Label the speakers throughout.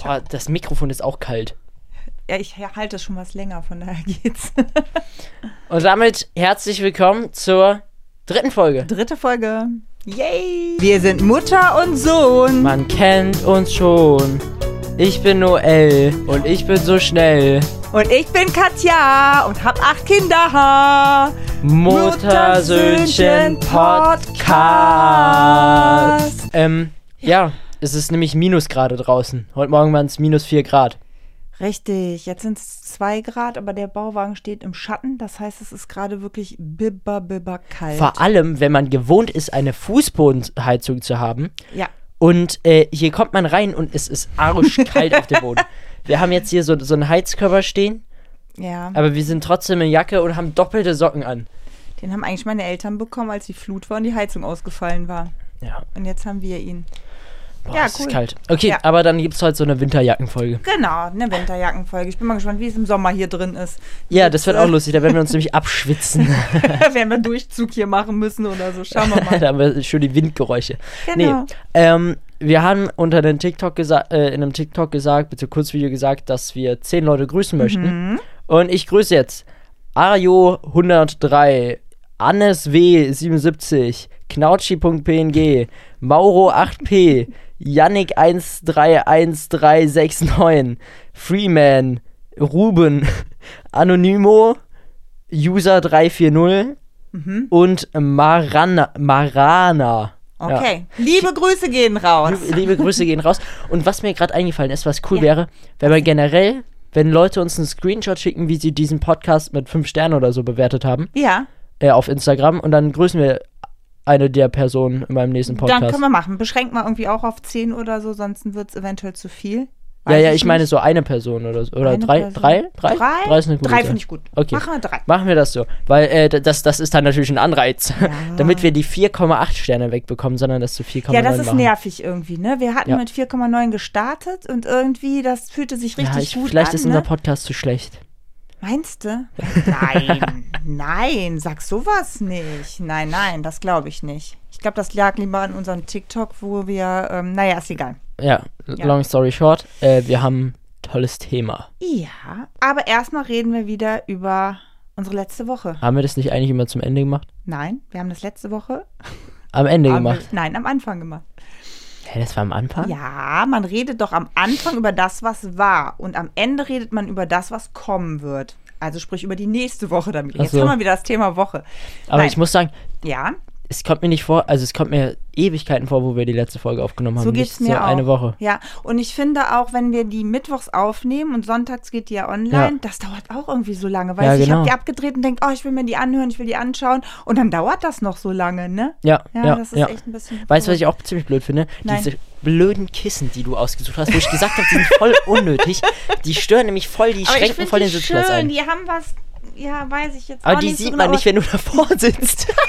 Speaker 1: Boah, das Mikrofon ist auch kalt.
Speaker 2: Ja, ich halte schon was länger, von daher geht's.
Speaker 1: Und damit herzlich willkommen zur dritten Folge.
Speaker 2: Dritte Folge. Yay! Wir sind Mutter und Sohn.
Speaker 1: Man kennt uns schon. Ich bin Noel und ich bin so schnell.
Speaker 2: Und ich bin Katja und hab acht Kinder.
Speaker 1: Muttersöhnchen Podcast. Ähm, ja, es ist nämlich Minusgrade draußen. Heute Morgen waren es minus 4 Grad.
Speaker 2: Richtig, jetzt sind es zwei Grad, aber der Bauwagen steht im Schatten. Das heißt, es ist gerade wirklich bibber, bibber kalt.
Speaker 1: Vor allem, wenn man gewohnt ist, eine Fußbodenheizung zu haben.
Speaker 2: ja,
Speaker 1: Und äh, hier kommt man rein und es ist arschkalt auf dem Boden. Wir haben jetzt hier so, so einen Heizkörper stehen,
Speaker 2: ja.
Speaker 1: aber wir sind trotzdem in Jacke und haben doppelte Socken an.
Speaker 2: Den haben eigentlich meine Eltern bekommen, als die Flut war und die Heizung ausgefallen war.
Speaker 1: Ja,
Speaker 2: Und jetzt haben wir ihn.
Speaker 1: boah,
Speaker 2: Ja,
Speaker 1: es ist
Speaker 2: cool.
Speaker 1: kalt. Okay,
Speaker 2: Ja.
Speaker 1: aber dann gibt es heute so eine Winterjackenfolge.
Speaker 2: Genau, eine Winterjackenfolge. Ich bin mal gespannt, wie es im Sommer hier drin ist.
Speaker 1: Ja, das wird
Speaker 2: Jetzt,
Speaker 1: auch
Speaker 2: äh,
Speaker 1: lustig, da werden wir uns nämlich abschwitzen.
Speaker 2: Werden wir Durchzug hier machen müssen oder so. Schauen wir mal.
Speaker 1: da haben wir schön die Windgeräusche.
Speaker 2: Genau.
Speaker 1: Nee, ähm, wir haben unter den TikTok gesa- äh, in einem TikTok gesagt, bitte Kurzvideo gesagt, dass wir zehn Leute grüßen möchten.
Speaker 2: Mhm.
Speaker 1: Und ich grüße jetzt Ario 103, Annes W 77, Knautschi.png, Mauro 8p, Yannick 131369, Freeman, Ruben, Anonymo, User 340 und Marana. Marana. Ja.
Speaker 2: Okay. Liebe Grüße gehen raus.
Speaker 1: Liebe, liebe Grüße gehen raus. Und was mir gerade eingefallen ist, was cool wäre, wenn wir generell, wenn Leute uns einen Screenshot schicken, wie sie diesen Podcast mit 5 Sternen oder so bewertet haben,
Speaker 2: Ja,
Speaker 1: äh, auf Instagram, und dann grüßen wir eine der Personen in meinem nächsten Podcast.
Speaker 2: dann können wir machen. Beschränkt mal irgendwie auch auf 10 oder so, sonst wird es eventuell zu viel.
Speaker 1: ja,
Speaker 2: Weiß
Speaker 1: ja, ich meine
Speaker 2: nicht.
Speaker 1: so eine Person oder so. Oder
Speaker 2: Eine
Speaker 1: drei,
Speaker 2: Person.
Speaker 1: drei, drei?
Speaker 2: Drei?
Speaker 1: Drei ist eine gute
Speaker 2: Drei
Speaker 1: Zahl.
Speaker 2: finde ich gut.
Speaker 1: Okay.
Speaker 2: Machen wir drei.
Speaker 1: Machen wir das so, weil äh, d- das, das ist dann natürlich ein Anreiz, damit wir die 4,8 Sterne wegbekommen, sondern das zu 4,9
Speaker 2: Ja, das ist
Speaker 1: machen.
Speaker 2: nervig irgendwie, ne? Wir hatten
Speaker 1: Ja.
Speaker 2: mit 4,9 gestartet und irgendwie, das fühlte sich richtig
Speaker 1: ja, ich,
Speaker 2: gut
Speaker 1: vielleicht
Speaker 2: an.
Speaker 1: ist
Speaker 2: ne?
Speaker 1: unser Podcast zu schlecht.
Speaker 2: Meinst du? Nein, nein, sag sowas nicht. Nein, nein, das glaube ich nicht. Ich glaube, das lag lieber an unserem TikTok, wo wir, ähm, naja, ist egal.
Speaker 1: Ja,
Speaker 2: Ja.
Speaker 1: long story short, äh, wir haben ein tolles Thema.
Speaker 2: Ja, aber erstmal reden wir wieder über unsere letzte Woche.
Speaker 1: Haben wir das nicht eigentlich immer zum Ende gemacht?
Speaker 2: Nein, wir haben das letzte Woche.
Speaker 1: Am Ende
Speaker 2: am-
Speaker 1: gemacht.
Speaker 2: Nein, am Anfang gemacht.
Speaker 1: Hä, das war am Anfang?
Speaker 2: Ja, man redet doch am Anfang über das, was war. Und am Ende redet man über das, was kommen wird. Also sprich über die nächste Woche damit.
Speaker 1: Ach
Speaker 2: Jetzt
Speaker 1: so.
Speaker 2: haben wir wieder das Thema Woche.
Speaker 1: Aber
Speaker 2: Nein.
Speaker 1: ich muss sagen,
Speaker 2: Ja,
Speaker 1: es kommt mir nicht vor, also es kommt mir Ewigkeiten vor, wo wir die letzte Folge aufgenommen haben.
Speaker 2: So geht's
Speaker 1: nicht
Speaker 2: mir
Speaker 1: so
Speaker 2: auch.
Speaker 1: eine Woche.
Speaker 2: Ja, und ich finde auch, wenn wir die mittwochs aufnehmen und sonntags geht die ja online,
Speaker 1: Ja.
Speaker 2: das dauert auch irgendwie so lange. Weil
Speaker 1: Ja,
Speaker 2: ich
Speaker 1: genau.
Speaker 2: habe die abgedreht und denke, oh, ich will mir die anhören, ich will die anschauen. Und dann dauert das noch so lange, ne?
Speaker 1: Ja,
Speaker 2: Ja,
Speaker 1: ja,
Speaker 2: das ist
Speaker 1: ja.
Speaker 2: echt ein bisschen.
Speaker 1: Weißt du, was ich auch ziemlich blöd finde?
Speaker 2: Nein.
Speaker 1: Diese blöden Kissen, die du ausgesucht hast, wo ich gesagt habe, die sind voll unnötig. Die stören nämlich voll, die
Speaker 2: Aber ich
Speaker 1: schränken
Speaker 2: finde
Speaker 1: voll
Speaker 2: die
Speaker 1: den Sitzplatz
Speaker 2: schön,
Speaker 1: ein.
Speaker 2: Die haben was. Ja, weiß ich jetzt
Speaker 1: Aber
Speaker 2: auch
Speaker 1: die
Speaker 2: nicht so
Speaker 1: sieht
Speaker 2: genau,
Speaker 1: man nicht,
Speaker 2: aber
Speaker 1: wenn du davor sitzt.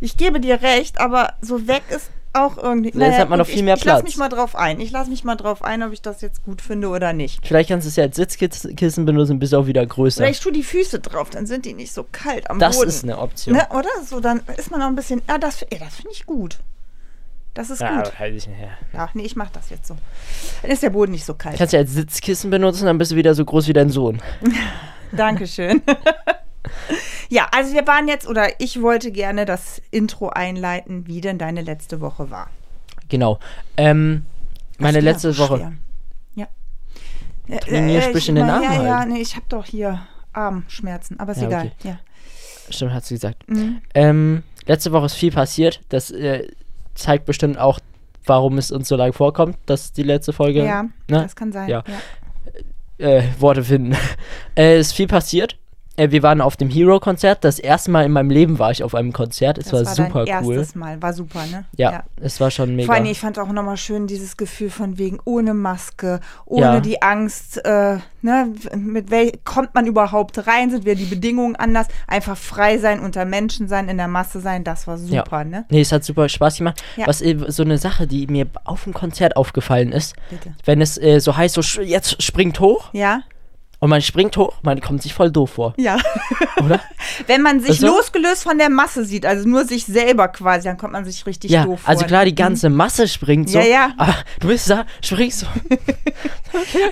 Speaker 2: Ich gebe dir recht, aber so weg ist auch irgendwie.
Speaker 1: Jetzt hat man
Speaker 2: gut,
Speaker 1: noch viel mehr
Speaker 2: ich, Ich lass
Speaker 1: Platz.
Speaker 2: mich mal drauf ein. Ich lasse mich mal drauf ein, ob ich das jetzt gut finde oder nicht.
Speaker 1: Vielleicht kannst du es ja als Sitzkissen benutzen, bis auch wieder größer.
Speaker 2: Vielleicht tue die Füße drauf, dann sind die nicht so kalt am
Speaker 1: das
Speaker 2: Boden.
Speaker 1: ist eine Option.
Speaker 2: Ne, oder? So, dann ist man auch ein bisschen. Ah, das, ja, das finde ich gut. Das ist
Speaker 1: Ja,
Speaker 2: gut.
Speaker 1: weiß ich nicht. Ja.
Speaker 2: Ja, nee, ich mache das jetzt so. Dann ist der Boden nicht so kalt.
Speaker 1: Kannst du ja als Sitzkissen benutzen, dann bist du wieder so groß wie dein Sohn.
Speaker 2: Dankeschön. ja, also wir waren jetzt, oder ich wollte gerne das Intro einleiten, wie denn deine letzte Woche war.
Speaker 1: Genau. Ähm, meine
Speaker 2: Schwer,
Speaker 1: letzte Woche.
Speaker 2: schwer. Ja. Äh,
Speaker 1: Trainier,
Speaker 2: ich-
Speaker 1: sprich in den
Speaker 2: na,
Speaker 1: Arm
Speaker 2: Ja, ja,
Speaker 1: halten.
Speaker 2: nee, ich habe doch hier Armschmerzen, aber ist
Speaker 1: Ja,
Speaker 2: egal.
Speaker 1: okay.
Speaker 2: Ja.
Speaker 1: Stimmt, hast du gesagt.
Speaker 2: Mhm.
Speaker 1: Ähm, letzte Woche ist viel passiert. Das äh, zeigt bestimmt auch, warum es uns so lange vorkommt, dass die letzte Folge.
Speaker 2: Ja,
Speaker 1: ne?
Speaker 2: das kann sein.
Speaker 1: Ja. äh, Worte finden. äh, ist viel passiert. Äh, wir waren auf dem Hero-Konzert. Das erste Mal in meinem Leben war ich auf einem Konzert. Es
Speaker 2: Das
Speaker 1: war,
Speaker 2: war,
Speaker 1: super
Speaker 2: dein
Speaker 1: cool.
Speaker 2: erstes Mal, war super, ne?
Speaker 1: Ja, es war schon mega.
Speaker 2: Vor allem, ich fand auch nochmal schön dieses Gefühl von wegen ohne Maske, ohne
Speaker 1: Ja.
Speaker 2: die Angst, äh, ne, mit wel kommt man überhaupt rein, sind wir die Bedingungen anders, einfach frei sein, unter Menschen sein, in der Masse sein, das war super,
Speaker 1: ja.
Speaker 2: ne?
Speaker 1: Nee, es hat super Spaß gemacht.
Speaker 2: Ja.
Speaker 1: Was äh, so eine Sache, die mir auf dem Konzert aufgefallen ist,
Speaker 2: Bitte.
Speaker 1: wenn es äh, so heißt, so sch- jetzt springt hoch
Speaker 2: Ja,
Speaker 1: Und man springt hoch, man kommt sich voll doof vor,
Speaker 2: Ja.
Speaker 1: oder?
Speaker 2: Wenn man sich
Speaker 1: Ist so?
Speaker 2: losgelöst von der Masse sieht, also nur sich selber quasi, dann kommt man sich richtig
Speaker 1: ja,
Speaker 2: doof vor. Mhm.
Speaker 1: also klar, die ganze Masse springt so.
Speaker 2: Ja, ja.
Speaker 1: Aber du bist da, springst so.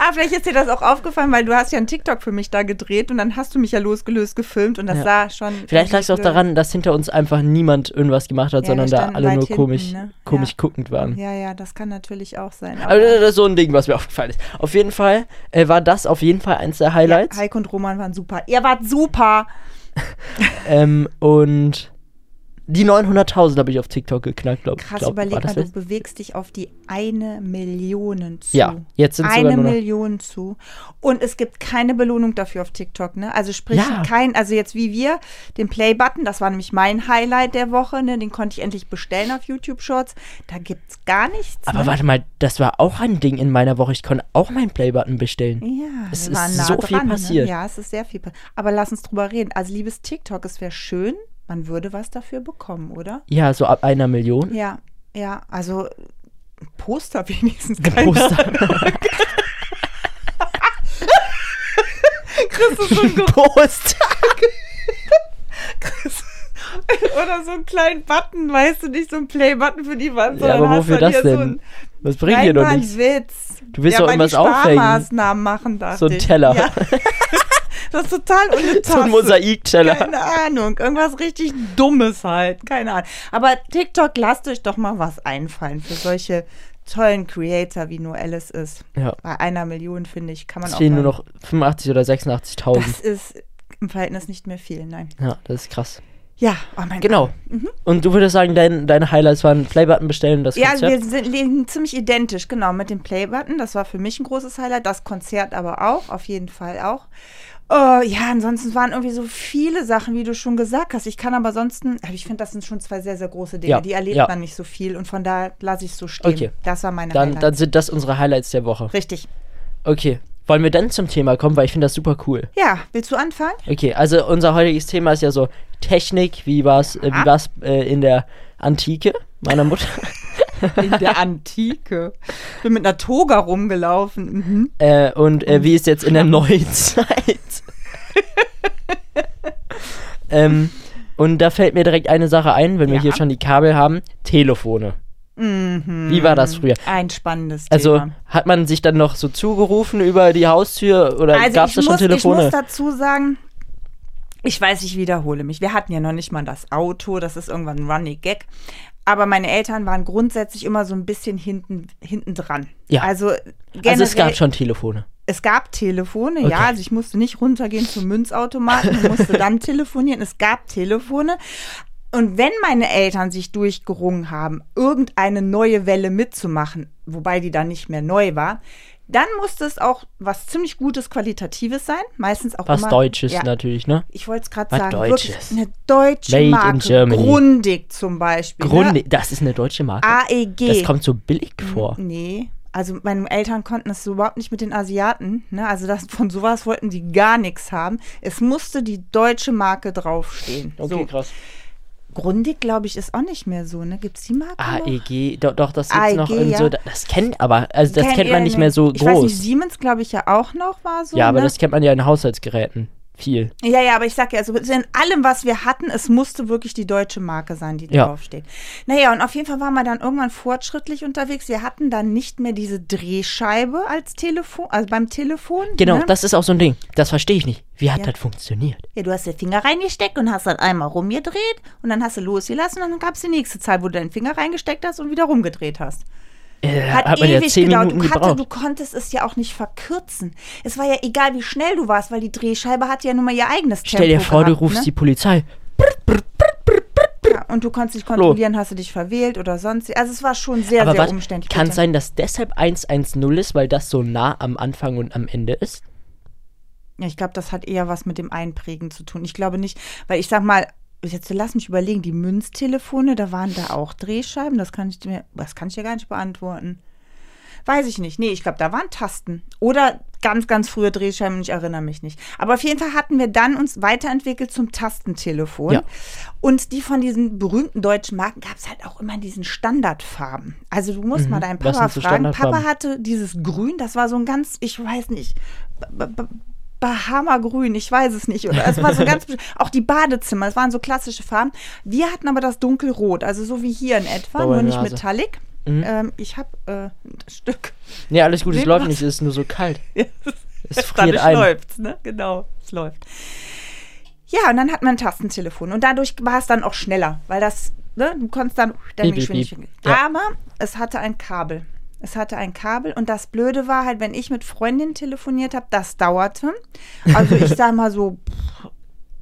Speaker 2: Ah, vielleicht ist dir das auch aufgefallen, weil du hast ja einen TikTok für mich da gedreht und dann hast du mich ja losgelöst gefilmt und das
Speaker 1: Ja.
Speaker 2: sah schon...
Speaker 1: Vielleicht lag es auch daran, dass hinter uns einfach niemand irgendwas gemacht hat,
Speaker 2: Ja,
Speaker 1: sondern
Speaker 2: wir
Speaker 1: da
Speaker 2: standen
Speaker 1: alle
Speaker 2: weit
Speaker 1: nur
Speaker 2: hinten,
Speaker 1: komisch,
Speaker 2: ne?
Speaker 1: komisch
Speaker 2: Ja.
Speaker 1: guckend waren.
Speaker 2: Ja, ja, das kann natürlich auch sein.
Speaker 1: Aber das ist so ein Ding, was mir aufgefallen ist. Auf jeden Fall äh, war das auf jeden Fall eins der
Speaker 2: ja,
Speaker 1: Highlights.
Speaker 2: Heike und Roman waren super. Ihr wart super.
Speaker 1: ähm, und die 900.000 habe ich auf TikTok geknackt, glaube ich.
Speaker 2: Krass,
Speaker 1: glaub, war
Speaker 2: überleg mal,
Speaker 1: das
Speaker 2: du
Speaker 1: letzte-
Speaker 2: bewegst dich auf die eine Million zu.
Speaker 1: Ja, jetzt sind's sogar
Speaker 2: Eine
Speaker 1: nur noch-
Speaker 2: Million zu. Und es gibt keine Belohnung dafür auf TikTok, ne? Also sprich,
Speaker 1: Ja.
Speaker 2: kein, also jetzt wie wir, den Play-Button, das war nämlich mein Highlight der Woche, ne? Den konnte ich endlich bestellen auf YouTube Shorts. Da gibt's gar nichts.
Speaker 1: Aber
Speaker 2: ne?
Speaker 1: warte mal, das war auch ein Ding in meiner Woche. Ich konnte auch meinen Playbutton bestellen.
Speaker 2: Ja,
Speaker 1: Es
Speaker 2: wir
Speaker 1: ist
Speaker 2: waren nah
Speaker 1: so viel
Speaker 2: dran,
Speaker 1: passiert.
Speaker 2: Ne? Ja, es ist sehr viel passiert. Aber lass uns drüber reden. Also liebes TikTok, es wäre schön, man würde was dafür bekommen, oder?
Speaker 1: Ja, so ab einer Million.
Speaker 2: Ja, ja, also Poster wenigstens.
Speaker 1: Poster.
Speaker 2: Chris ist so ein Geruch
Speaker 1: Post.
Speaker 2: oder so einen kleinen Button, weißt du, nicht so einen Play-Button für die
Speaker 1: Ja,
Speaker 2: Wand, sondern
Speaker 1: aber
Speaker 2: hast
Speaker 1: wofür
Speaker 2: du
Speaker 1: das
Speaker 2: dir so
Speaker 1: denn?
Speaker 2: einen
Speaker 1: Was bringt dir doch
Speaker 2: kleinen
Speaker 1: nichts?
Speaker 2: Witz.
Speaker 1: Du willst
Speaker 2: ja,
Speaker 1: doch
Speaker 2: weil
Speaker 1: irgendwas
Speaker 2: die
Speaker 1: aufhängen.
Speaker 2: Sparmaßnahmen machen, dachte
Speaker 1: So ein
Speaker 2: ich.
Speaker 1: Teller.
Speaker 2: Ja. das ist total unnütz.
Speaker 1: So ein Mosaikteller.
Speaker 2: Keine Ahnung, irgendwas richtig Dummes halt, keine Ahnung. Aber TikTok, lasst euch doch mal was einfallen für solche tollen Creator, wie Noel es ist.
Speaker 1: Ja.
Speaker 2: Bei einer Million, finde ich, kann man
Speaker 1: Es
Speaker 2: auch
Speaker 1: fehlen nur
Speaker 2: mal-
Speaker 1: noch 85 oder 86.000.
Speaker 2: Das ist im Verhältnis nicht mehr viel, nein.
Speaker 1: Ja, das ist krass.
Speaker 2: Ja, oh mein
Speaker 1: Genau. Und du würdest sagen, dein, deine Highlights waren Playbutton bestellen, das
Speaker 2: Ja, also
Speaker 1: Konzert.
Speaker 2: wir sind liegen ziemlich identisch, genau, mit dem Playbutton. Das war für mich ein großes Highlight. Das Konzert aber auch, auf jeden Fall auch. Äh, ja, ansonsten waren irgendwie so viele Sachen, wie du schon gesagt hast. Ich kann aber ansonsten, aber ich finde, das sind schon zwei sehr, sehr große Dinge.
Speaker 1: Ja,
Speaker 2: Die erlebt
Speaker 1: ja.
Speaker 2: man nicht so viel und von daher lasse ich es so stehen.
Speaker 1: Okay.
Speaker 2: Das war meine
Speaker 1: dann,
Speaker 2: Highlight.
Speaker 1: dann sind das unsere Highlights der Woche.
Speaker 2: Richtig.
Speaker 1: Okay. Wollen wir dann zum Thema kommen, weil ich finde das super cool.
Speaker 2: Ja, willst du anfangen?
Speaker 1: Okay, also unser heutiges Thema ist ja so Technik, wie war es äh, wie war's, äh, in der Antike meiner Mutter.
Speaker 2: In der Antike. Bin mit einer Toga rumgelaufen. Mhm.
Speaker 1: äh, und äh, wie ist jetzt in der Neuzeit. ähm, und da fällt mir direkt eine Sache ein, wenn wir
Speaker 2: Ja.
Speaker 1: hier schon die Kabel haben. Telefone. Wie war das früher?
Speaker 2: Ein spannendes
Speaker 1: Also
Speaker 2: Mhm. Thema.
Speaker 1: hat man sich dann noch so zugerufen über die Haustür oder gab es da
Speaker 2: Also ich
Speaker 1: schon
Speaker 2: muss, Ich
Speaker 1: Telefone?
Speaker 2: muss dazu sagen, ich weiß, ich wiederhole mich. Wir hatten ja noch nicht mal das Auto, das ist irgendwann ein Running Gag. Aber meine Eltern waren grundsätzlich immer so ein bisschen hinten, hinten dran.
Speaker 1: Ja.
Speaker 2: Also, generell,
Speaker 1: also es gab schon Telefone.
Speaker 2: es gab Telefone,
Speaker 1: Okay.
Speaker 2: ja. Also ich musste nicht runtergehen zum Münzautomaten, ich musste dann telefonieren. Es gab Telefone. Und wenn meine Eltern sich durchgerungen haben, irgendeine neue Welle mitzumachen, wobei die dann nicht mehr neu war, dann musste es auch was ziemlich Gutes, Qualitatives sein. Meistens auch
Speaker 1: Was
Speaker 2: immer,
Speaker 1: Deutsches
Speaker 2: ja,
Speaker 1: natürlich, ne?
Speaker 2: Ich wollte es gerade
Speaker 1: Was
Speaker 2: sagen,
Speaker 1: Deutsches.
Speaker 2: wirklich eine deutsche
Speaker 1: Made in
Speaker 2: Marke.
Speaker 1: Germany.
Speaker 2: Grundig zum Beispiel.
Speaker 1: Grunde,
Speaker 2: Ne? E
Speaker 1: das ist eine deutsche Marke.
Speaker 2: AEG.
Speaker 1: Das kommt so billig
Speaker 2: Mhm.
Speaker 1: vor.
Speaker 2: Nee. Also meine Eltern konnten es so überhaupt nicht mit den Asiaten. Ne? Also das, von sowas wollten die gar nichts haben. Es musste die deutsche Marke draufstehen. so.
Speaker 1: krass.
Speaker 2: Grundig, glaube ich, ist auch nicht mehr so. Ne? Gibt es die Marke
Speaker 1: Ah,
Speaker 2: noch?
Speaker 1: AEG, E doch, doch das gibt's noch
Speaker 2: AEG,
Speaker 1: und so.
Speaker 2: E ja.
Speaker 1: da- Das kennt aber, also das kennt
Speaker 2: ihr
Speaker 1: man nicht mehr so
Speaker 2: ich Weiß nicht,
Speaker 1: groß.
Speaker 2: Siemens, glaube ich, ja auch noch war so.
Speaker 1: ja, aber
Speaker 2: ne?
Speaker 1: das kennt man ja in Haushaltsgeräten viel.
Speaker 2: Ja, ja, aber ich sag ja, also in allem, was wir hatten, es musste wirklich die deutsche Marke sein, die
Speaker 1: Ja.
Speaker 2: draufsteht. Naja, und auf jeden Fall waren wir dann irgendwann fortschrittlich unterwegs. Wir hatten dann nicht mehr diese Drehscheibe als Telefon, also beim Telefon.
Speaker 1: Genau,
Speaker 2: ne?
Speaker 1: das ist auch so ein Ding. Das verstehe ich nicht. Wie hat
Speaker 2: Ja.
Speaker 1: das funktioniert?
Speaker 2: Ja, du hast den Finger reingesteckt und hast dann einmal rumgedreht und dann hast du losgelassen und dann gab es die nächste Zahl, wo du deinen Finger reingesteckt hast und wieder rumgedreht hast.
Speaker 1: Äh,
Speaker 2: Hat,
Speaker 1: hat man ja
Speaker 2: ewig
Speaker 1: zehn
Speaker 2: gedauert.
Speaker 1: Minuten
Speaker 2: du, hatte,
Speaker 1: gebraucht.
Speaker 2: du konntest es ja auch nicht verkürzen. Es war ja egal, wie schnell du warst, weil die Drehscheibe hatte ja nun mal ihr eigenes Tempo.
Speaker 1: Stell dir vor,
Speaker 2: gehabt,
Speaker 1: du rufst
Speaker 2: ne?
Speaker 1: die Polizei.
Speaker 2: Ja, und du konntest dich kontrollieren, hast du dich verwählt oder sonst. Also es war schon sehr,
Speaker 1: Aber
Speaker 2: sehr
Speaker 1: was,
Speaker 2: umständlich.
Speaker 1: kann
Speaker 2: Bitte.
Speaker 1: sein, dass deshalb 110 ist, weil das so nah am Anfang und am Ende ist?
Speaker 2: Ja, ich glaube, das hat eher was mit dem Einprägen zu tun. Ich glaube nicht, weil ich sag mal, jetzt lass mich überlegen, die Münztelefone, da waren da auch Drehscheiben, das kann ich mir, das kann ich ja gar nicht beantworten. Weiß ich nicht. Nee, ich glaube, da waren Tasten. Oder ganz, ganz frühe Drehscheiben, ich erinnere mich nicht. Aber auf jeden Fall hatten wir dann uns weiterentwickelt zum Tastentelefon.
Speaker 1: Ja.
Speaker 2: Und die von diesen berühmten deutschen Marken gab es halt auch immer in diesen Standardfarben. Also du musst mal deinen
Speaker 1: Mhm. Was
Speaker 2: Papa
Speaker 1: sind so
Speaker 2: fragen. Papa
Speaker 1: Standardfarben?
Speaker 2: hatte dieses Grün, das war so ein ganz, ich weiß nicht, b- b- Bahamagrün, ich weiß es nicht. Oder es war so ganz besti- auch die Badezimmer, es waren so klassische Farben. Wir hatten aber das dunkelrot, also so wie hier in etwa,
Speaker 1: Blaue
Speaker 2: nur nicht
Speaker 1: Nase. Mhm.
Speaker 2: metallic. Ähm, ich habe äh, ein Stück.
Speaker 1: Nee, alles gut, es
Speaker 2: Nee,
Speaker 1: läuft
Speaker 2: was?
Speaker 1: nicht, es ist nur so kalt. Es friert
Speaker 2: Dadurch
Speaker 1: ein.
Speaker 2: läuft's, ne? Genau, es läuft. Ja, und dann hat man ein Tastentelefon. Und dadurch war es dann auch schneller, weil das, ne, du konntest dann deine
Speaker 1: Piep, piep,
Speaker 2: Geschwindigkeit.
Speaker 1: piep. Ja.
Speaker 2: Aber es hatte ein Kabel. Es hatte ein Kabel und das Blöde war halt, wenn ich mit Freundinnen telefoniert habe, das dauerte. Also ich sag mal so pff,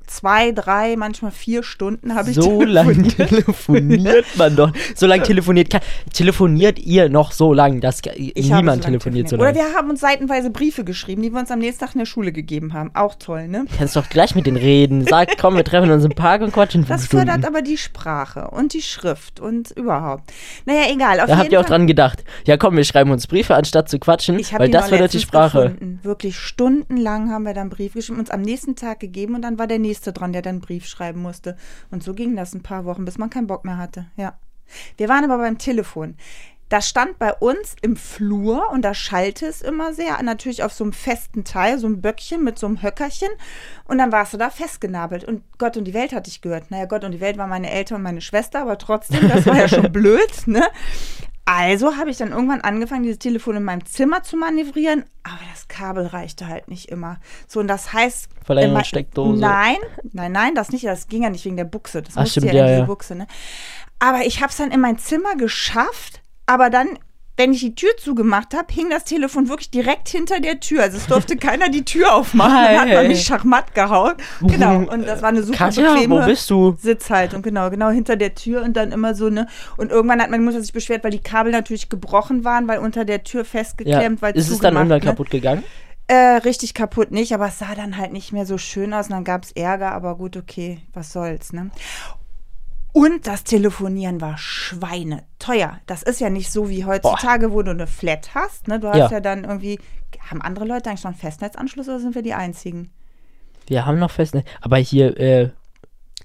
Speaker 2: zwei, drei, manchmal vier Stunden habe ich
Speaker 1: So lange
Speaker 2: telefoniert.
Speaker 1: telefoniert man doch. So lange telefoniert kann. Telefoniert ihr noch so lange, dass
Speaker 2: Ich
Speaker 1: niemand
Speaker 2: habe so lange
Speaker 1: telefoniert so
Speaker 2: Oder
Speaker 1: lange.
Speaker 2: wir haben uns seitenweise Briefe geschrieben, die wir uns am nächsten Tag in der Schule gegeben haben. Auch toll, ne?
Speaker 1: Kannst doch gleich mit denen reden. Sag, komm, wir treffen uns im Park und quatschen fünf
Speaker 2: Das
Speaker 1: Stunden.
Speaker 2: fördert aber die Sprache und die Schrift und überhaupt. Naja, egal. Auf
Speaker 1: Da habt
Speaker 2: jeden
Speaker 1: ihr auch
Speaker 2: Fall,
Speaker 1: dran gedacht. Ja, komm, wir schreiben uns Briefe anstatt zu quatschen,
Speaker 2: ich hab
Speaker 1: weil
Speaker 2: ihn
Speaker 1: das
Speaker 2: noch
Speaker 1: fördert die
Speaker 2: letztens
Speaker 1: Sprache.
Speaker 2: Gefunden. Wirklich stundenlang haben wir dann einen Brief geschrieben, uns am nächsten Tag gegeben und dann war der nächste dran, der dann einen Brief schreiben musste. Und so ging das ein paar Wochen, bis man keinen Bock mehr hatte. Ja. Wir waren aber beim Telefon. Das stand bei uns im Flur und da schallte es immer sehr, natürlich auf so einem festen Teil, so einem Böckchen mit so einem Höckerchen. Und dann warst du da festgenabelt. Und Gott und die Welt hatte ich gehört. Naja, Gott und die Welt waren meine Eltern und meine Schwester, aber trotzdem, das war ja schon blöd, ne? Also habe ich dann irgendwann angefangen, dieses Telefon in meinem Zimmer zu manövrieren, aber das Kabel reichte halt nicht immer. So, und das heißt.
Speaker 1: Verlängerung,
Speaker 2: in mein-
Speaker 1: Steckdose.
Speaker 2: Nein, nein, nein, das nicht. Das ging ja nicht wegen der Buchse. Das
Speaker 1: Ach,
Speaker 2: musste
Speaker 1: stimmt,
Speaker 2: ja
Speaker 1: ja,
Speaker 2: in diese
Speaker 1: ja.
Speaker 2: Buchse, ne? Aber ich habe es dann in mein Zimmer geschafft, aber dann. Wenn ich die Tür zugemacht habe, hing das Telefon wirklich direkt hinter der Tür. Also es durfte keiner die Tür aufmachen. Dann hat
Speaker 1: Hi.
Speaker 2: man mich schachmatt gehauen. Genau. Und das war eine super
Speaker 1: Katja,
Speaker 2: bequeme
Speaker 1: wo bist du?
Speaker 2: Sitzhaltung, genau, genau hinter der Tür und dann immer so, ne? Und irgendwann hat meine Mutter sich beschwert, weil die Kabel natürlich gebrochen waren, weil unter der Tür
Speaker 1: Ja.
Speaker 2: festgeklemmt, weil
Speaker 1: Ist es dann
Speaker 2: zugemacht,
Speaker 1: irgendwann
Speaker 2: ne?
Speaker 1: kaputt gegangen?
Speaker 2: Äh, richtig kaputt nicht, aber es sah dann halt nicht mehr so schön aus und dann gab es Ärger, aber gut, okay, was soll's, ne? Und das Telefonieren war schweineteuer. Das ist ja nicht so wie heutzutage, wo du eine Flat hast, ne? Du hast
Speaker 1: Ja.
Speaker 2: ja, dann irgendwie, haben andere Leute eigentlich schon einen Festnetzanschluss oder sind wir die Einzigen?
Speaker 1: Wir haben noch Festnetz. Aber hier, äh,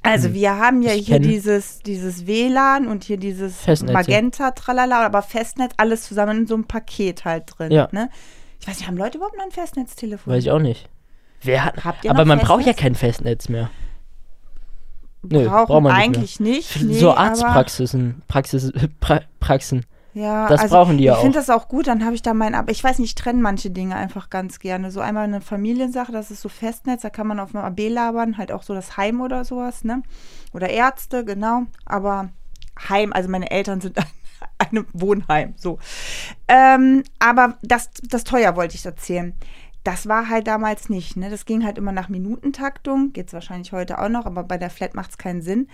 Speaker 2: Also wir haben ja
Speaker 1: Hm. Ich
Speaker 2: hier
Speaker 1: kenn-
Speaker 2: dieses, dieses WLAN und hier dieses
Speaker 1: Festnetz, ja.
Speaker 2: Magenta, tralala, aber Festnetz, alles zusammen in so einem Paket halt drin.
Speaker 1: Ja.
Speaker 2: Ne? Ich weiß nicht, haben Leute überhaupt noch ein Festnetztelefon?
Speaker 1: weiß ich auch nicht. Wer hat.
Speaker 2: Habt ihr
Speaker 1: aber
Speaker 2: noch
Speaker 1: man braucht ja
Speaker 2: Festnetz?
Speaker 1: kein Festnetz mehr. Nö,
Speaker 2: Brauchen
Speaker 1: braucht man nicht
Speaker 2: eigentlich nicht.
Speaker 1: mehr.
Speaker 2: nee,
Speaker 1: so
Speaker 2: aber-
Speaker 1: Arztpraxisen. Praxis, pra, Praxen.
Speaker 2: Ja,
Speaker 1: Das
Speaker 2: also
Speaker 1: brauchen die ja
Speaker 2: Ich finde
Speaker 1: auch.
Speaker 2: das auch gut, dann habe ich da meinen, aber ich weiß nicht, ich trenne manche Dinge einfach ganz gerne. So einmal eine Familiensache, das ist so Festnetz, da kann man auf dem AB labern, halt auch so das Heim oder sowas, ne? Oder Ärzte, genau. Aber Heim, also meine Eltern sind ein, einem Wohnheim, so. Ähm, aber das, das teuer wollte ich erzählen. Das war halt damals nicht, ne? Das ging halt immer nach Minutentaktung, geht's wahrscheinlich heute auch noch, aber bei der Flat macht's keinen Sinn.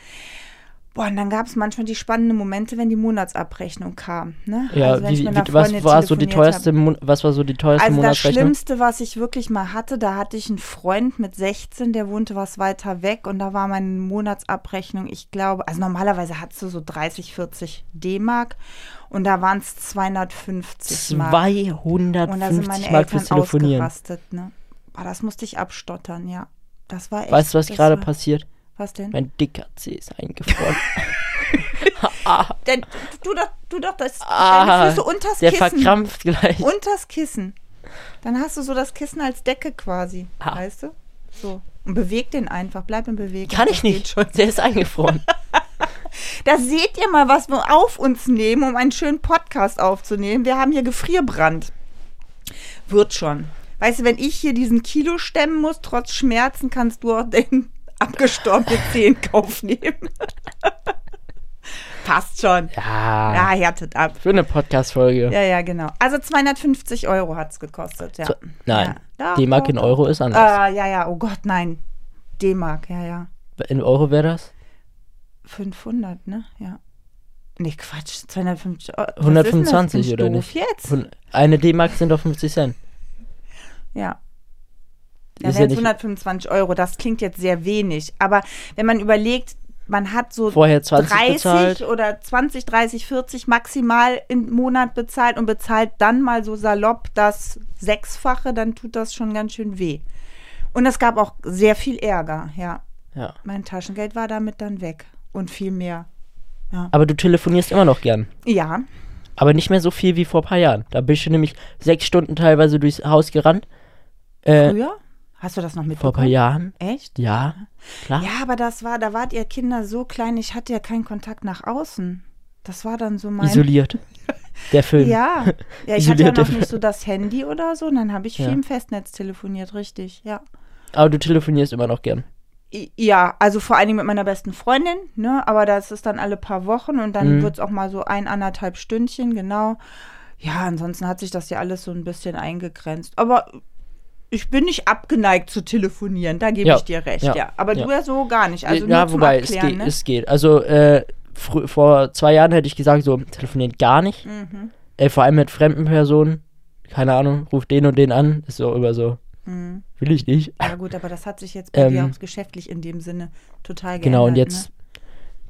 Speaker 2: Boah, und dann gab es manchmal die spannenden Momente, wenn die Monatsabrechnung kam. Ne?
Speaker 1: Ja,
Speaker 2: Also wenn ich
Speaker 1: wie,
Speaker 2: mit einer
Speaker 1: wie, was
Speaker 2: Freundin
Speaker 1: war so die
Speaker 2: telefoniert
Speaker 1: teuerste, Mon was war so die teuerste
Speaker 2: also das
Speaker 1: Monatsrechnung?
Speaker 2: Schlimmste, was ich wirklich mal hatte, da hatte ich einen Freund mit 16, der wohnte was weiter weg und da war meine Monatsabrechnung, ich glaube, also normalerweise hattest du so 30, 40 D-Mark und da waren es 250 Mark. Und da sind
Speaker 1: 250
Speaker 2: meine
Speaker 1: Mark fürs
Speaker 2: Eltern
Speaker 1: Telefonieren.
Speaker 2: ausgerastet. Ne? Boah, das musste ich abstottern, ja. Das war echt,
Speaker 1: Weißt du, was
Speaker 2: das
Speaker 1: gerade
Speaker 2: war-
Speaker 1: passiert?
Speaker 2: Was denn?
Speaker 1: Mein dicker C ist eingefroren.
Speaker 2: denn du doch, du doch, das
Speaker 1: Ah,
Speaker 2: deine Füße unters
Speaker 1: der
Speaker 2: Kissen.
Speaker 1: verkrampft gleich.
Speaker 2: unters Kissen. Dann hast du so das Kissen als Decke quasi,
Speaker 1: Ah.
Speaker 2: weißt du? So. Und beweg den einfach, bleib in Bewegung.
Speaker 1: Kann
Speaker 2: Das
Speaker 1: ich
Speaker 2: geht
Speaker 1: nicht. Der ist eingefroren.
Speaker 2: schon. Da seht ihr mal, was wir auf uns nehmen, um einen schönen Podcast aufzunehmen. Wir haben hier Gefrierbrand. Wird schon. Weißt du, wenn ich hier diesen Kilo stemmen muss, trotz Schmerzen, kannst du auch den abgestorbenen Zeh in Kauf nehmen. Passt schon. Ja,
Speaker 1: Ja.
Speaker 2: härtet ab.
Speaker 1: Für eine Podcast-Folge.
Speaker 2: Ja, ja, genau. Also 250 Euro hat es gekostet, ja.
Speaker 1: So, nein,
Speaker 2: Ja. Doch,
Speaker 1: D-Mark
Speaker 2: doch,
Speaker 1: in
Speaker 2: doch.
Speaker 1: Euro ist anders.
Speaker 2: Ah, ja, ja, oh Gott, nein. D-Mark, ja, ja.
Speaker 1: In Euro wäre das?
Speaker 2: 500, ne? Ja. Nee, Quatsch, 250 Euro.
Speaker 1: 125
Speaker 2: ist denn das? Bin ich
Speaker 1: oder
Speaker 2: doof
Speaker 1: nicht?
Speaker 2: jetzt?
Speaker 1: Hun- Eine D-Mark sind doch 50 Cent.
Speaker 2: Ja. Da
Speaker 1: Ist
Speaker 2: wären
Speaker 1: ja
Speaker 2: es
Speaker 1: nicht
Speaker 2: 125 Euro. Das klingt jetzt sehr wenig. Aber wenn man überlegt, man hat so
Speaker 1: vorher 20
Speaker 2: 30
Speaker 1: bezahlt.
Speaker 2: oder 20, 30, 40 maximal im Monat bezahlt und bezahlt dann mal so salopp das Sechsfache, dann tut das schon ganz schön weh. Und es gab auch sehr viel Ärger, ja.
Speaker 1: Ja.
Speaker 2: Mein Taschengeld war damit dann weg und viel mehr.
Speaker 1: Aber du telefonierst immer noch gern.
Speaker 2: Ja,
Speaker 1: Aber nicht mehr so viel wie vor ein paar Jahren. Da bist du nämlich sechs Stunden teilweise durchs Haus gerannt. Äh,
Speaker 2: früher? Hast du das noch
Speaker 1: Vor ein paar
Speaker 2: mitbekommen?
Speaker 1: Jahren.
Speaker 2: Echt?
Speaker 1: Ja, klar.
Speaker 2: Ja, aber das war, da wart ihr Kinder so klein, ich hatte ja keinen Kontakt nach außen. Das war dann so mein.
Speaker 1: Isoliert. Der Film.
Speaker 2: Ja, ja ich hatte ja
Speaker 1: Isoliert
Speaker 2: noch
Speaker 1: der-
Speaker 2: nicht so das Handy oder so, und dann habe ich
Speaker 1: Ja.
Speaker 2: viel im Festnetz telefoniert, richtig, ja.
Speaker 1: Aber du telefonierst immer noch gern.
Speaker 2: I- Ja, also vor allen Dingen mit meiner besten Freundin, ne? Aber das ist dann alle paar Wochen und dann
Speaker 1: Mhm.
Speaker 2: wird's wird es auch mal so ein, anderthalb Stündchen, genau. Ja, ansonsten hat sich das ja alles so ein bisschen eingegrenzt. Aber ich bin nicht abgeneigt zu telefonieren, da gebe
Speaker 1: Ja,
Speaker 2: ich dir recht, ja.
Speaker 1: ja,
Speaker 2: Aber
Speaker 1: ja.
Speaker 2: du ja so gar nicht. Also
Speaker 1: ja,
Speaker 2: nur zum
Speaker 1: wobei, es,
Speaker 2: Abklären,
Speaker 1: geht,
Speaker 2: ne?
Speaker 1: es geht. Also, äh, frü- vor zwei Jahren hätte ich gesagt, so, telefoniert gar nicht.
Speaker 2: Mhm.
Speaker 1: Äh, vor allem mit fremden Personen. Keine Ahnung, ruft den und den an. Ist so immer so,
Speaker 2: Mhm.
Speaker 1: will ich nicht.
Speaker 2: Ja gut, aber das hat sich jetzt bei
Speaker 1: Ähm,
Speaker 2: dir auch geschäftlich in dem Sinne total geändert.
Speaker 1: Genau, und
Speaker 2: Ne?
Speaker 1: jetzt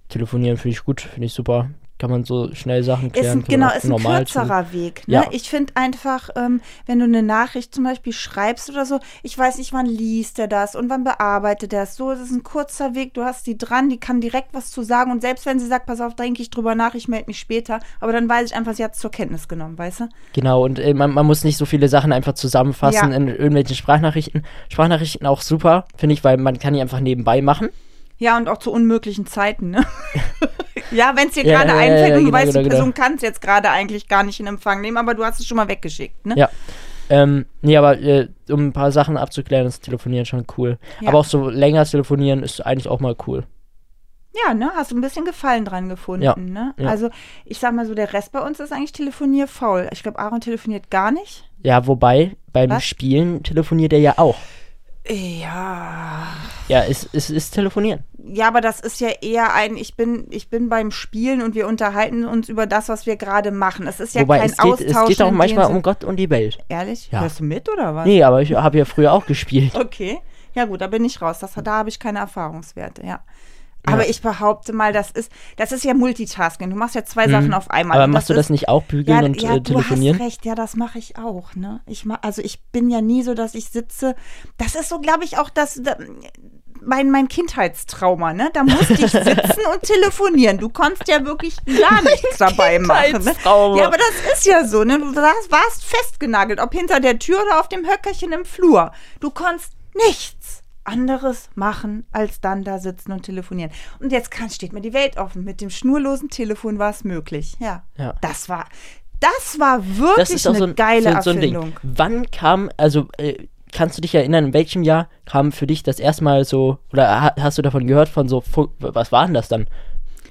Speaker 1: telefonieren finde ich gut, finde ich super. Kann man so schnell Sachen
Speaker 2: Ist
Speaker 1: klären.
Speaker 2: ein,
Speaker 1: kann man
Speaker 2: genau,
Speaker 1: auch
Speaker 2: ist ein
Speaker 1: normal telefonieren.
Speaker 2: kürzerer Weg. Ne?
Speaker 1: Ja.
Speaker 2: Ich finde einfach, ähm, wenn du eine Nachricht zum Beispiel schreibst oder so, ich weiß nicht, wann liest er das und wann bearbeitet er das. So, es ist ein kurzer Weg, du hast die dran, die kann direkt was zu sagen und selbst wenn sie sagt, pass auf, denke ich drüber nach, ich melde mich später, aber dann weiß ich einfach, sie hat es zur Kenntnis genommen, weißt du?
Speaker 1: Genau, und äh, man, man muss nicht so viele Sachen einfach zusammenfassen
Speaker 2: Ja.
Speaker 1: in irgendwelchen Sprachnachrichten. Sprachnachrichten auch super, finde ich, weil man kann die einfach nebenbei machen.
Speaker 2: Ja, und auch zu unmöglichen Zeiten, ne? ja, wenn es dir
Speaker 1: Ja,
Speaker 2: gerade
Speaker 1: ja, ja,
Speaker 2: einfällt
Speaker 1: ja,
Speaker 2: und du
Speaker 1: genau,
Speaker 2: weißt,
Speaker 1: genau,
Speaker 2: die
Speaker 1: genau.
Speaker 2: Person kann es jetzt gerade eigentlich gar nicht in Empfang nehmen, aber du hast es schon mal weggeschickt, ne?
Speaker 1: Ja. Ähm, nee, aber äh, um ein paar Sachen abzuklären, ist Telefonieren schon cool.
Speaker 2: Ja.
Speaker 1: Aber auch so länger telefonieren ist eigentlich auch mal cool.
Speaker 2: Ja, ne, hast du ein bisschen Gefallen dran gefunden,
Speaker 1: Ja,
Speaker 2: ne?
Speaker 1: ja.
Speaker 2: Also, ich sag mal so, der Rest bei uns ist eigentlich telefonierfaul. Ich glaube, Aaron telefoniert gar nicht.
Speaker 1: Ja, wobei, beim
Speaker 2: Was?
Speaker 1: Spielen telefoniert er ja auch.
Speaker 2: Ja.
Speaker 1: Ja, es, es ist Telefonieren.
Speaker 2: Ja, aber das ist ja eher ein, ich bin, ich bin beim Spielen und wir unterhalten uns über das, was wir gerade machen. Es ist ja
Speaker 1: wobei,
Speaker 2: kein
Speaker 1: es geht,
Speaker 2: Austausch.
Speaker 1: es geht auch
Speaker 2: in dem
Speaker 1: manchmal
Speaker 2: Sinn-
Speaker 1: um Gott und die Welt.
Speaker 2: Ehrlich?
Speaker 1: Ja.
Speaker 2: Hörst du mit oder was?
Speaker 1: Nee, aber ich habe ja früher auch gespielt.
Speaker 2: Okay. Ja, gut, da bin ich raus. Das, da habe ich keine Erfahrungswerte, ja. Aber ich behaupte mal, das ist, das ist ja Multitasking. Du machst ja zwei Sachen auf einmal.
Speaker 1: Mhm. Aber
Speaker 2: Und
Speaker 1: machst du
Speaker 2: ist-
Speaker 1: das nicht auch, bügeln und äh, telefonieren?
Speaker 2: Du hast recht, ja, das mache ich auch. Ne? Ich ma also ich bin ja nie so, dass ich sitze. Das ist so, glaube ich, auch das. Da, mein, mein Kindheitstrauma, ne? Da musste ich sitzen und telefonieren. Du konntest ja wirklich gar nichts dabei machen. Ne?
Speaker 1: Kindheitstrauma.
Speaker 2: Ja, aber das ist ja so, ne? Du warst, warst festgenagelt, ob hinter der Tür oder auf dem Höckerchen im Flur. Du konntest nichts anderes machen, als dann da sitzen und telefonieren. Und jetzt kann, steht mir die Welt offen. Mit dem schnurlosen Telefon war es möglich. Ja.
Speaker 1: Ja.
Speaker 2: Das war, das war wirklich
Speaker 1: das ist auch
Speaker 2: eine
Speaker 1: so ein,
Speaker 2: geile
Speaker 1: so, so ein
Speaker 2: Erfindung.
Speaker 1: Ding. Wann kam, also äh, kannst du dich erinnern, in welchem Jahr kam für dich das erstmal so, oder ha- hast du davon gehört von so, Fu- was waren das dann?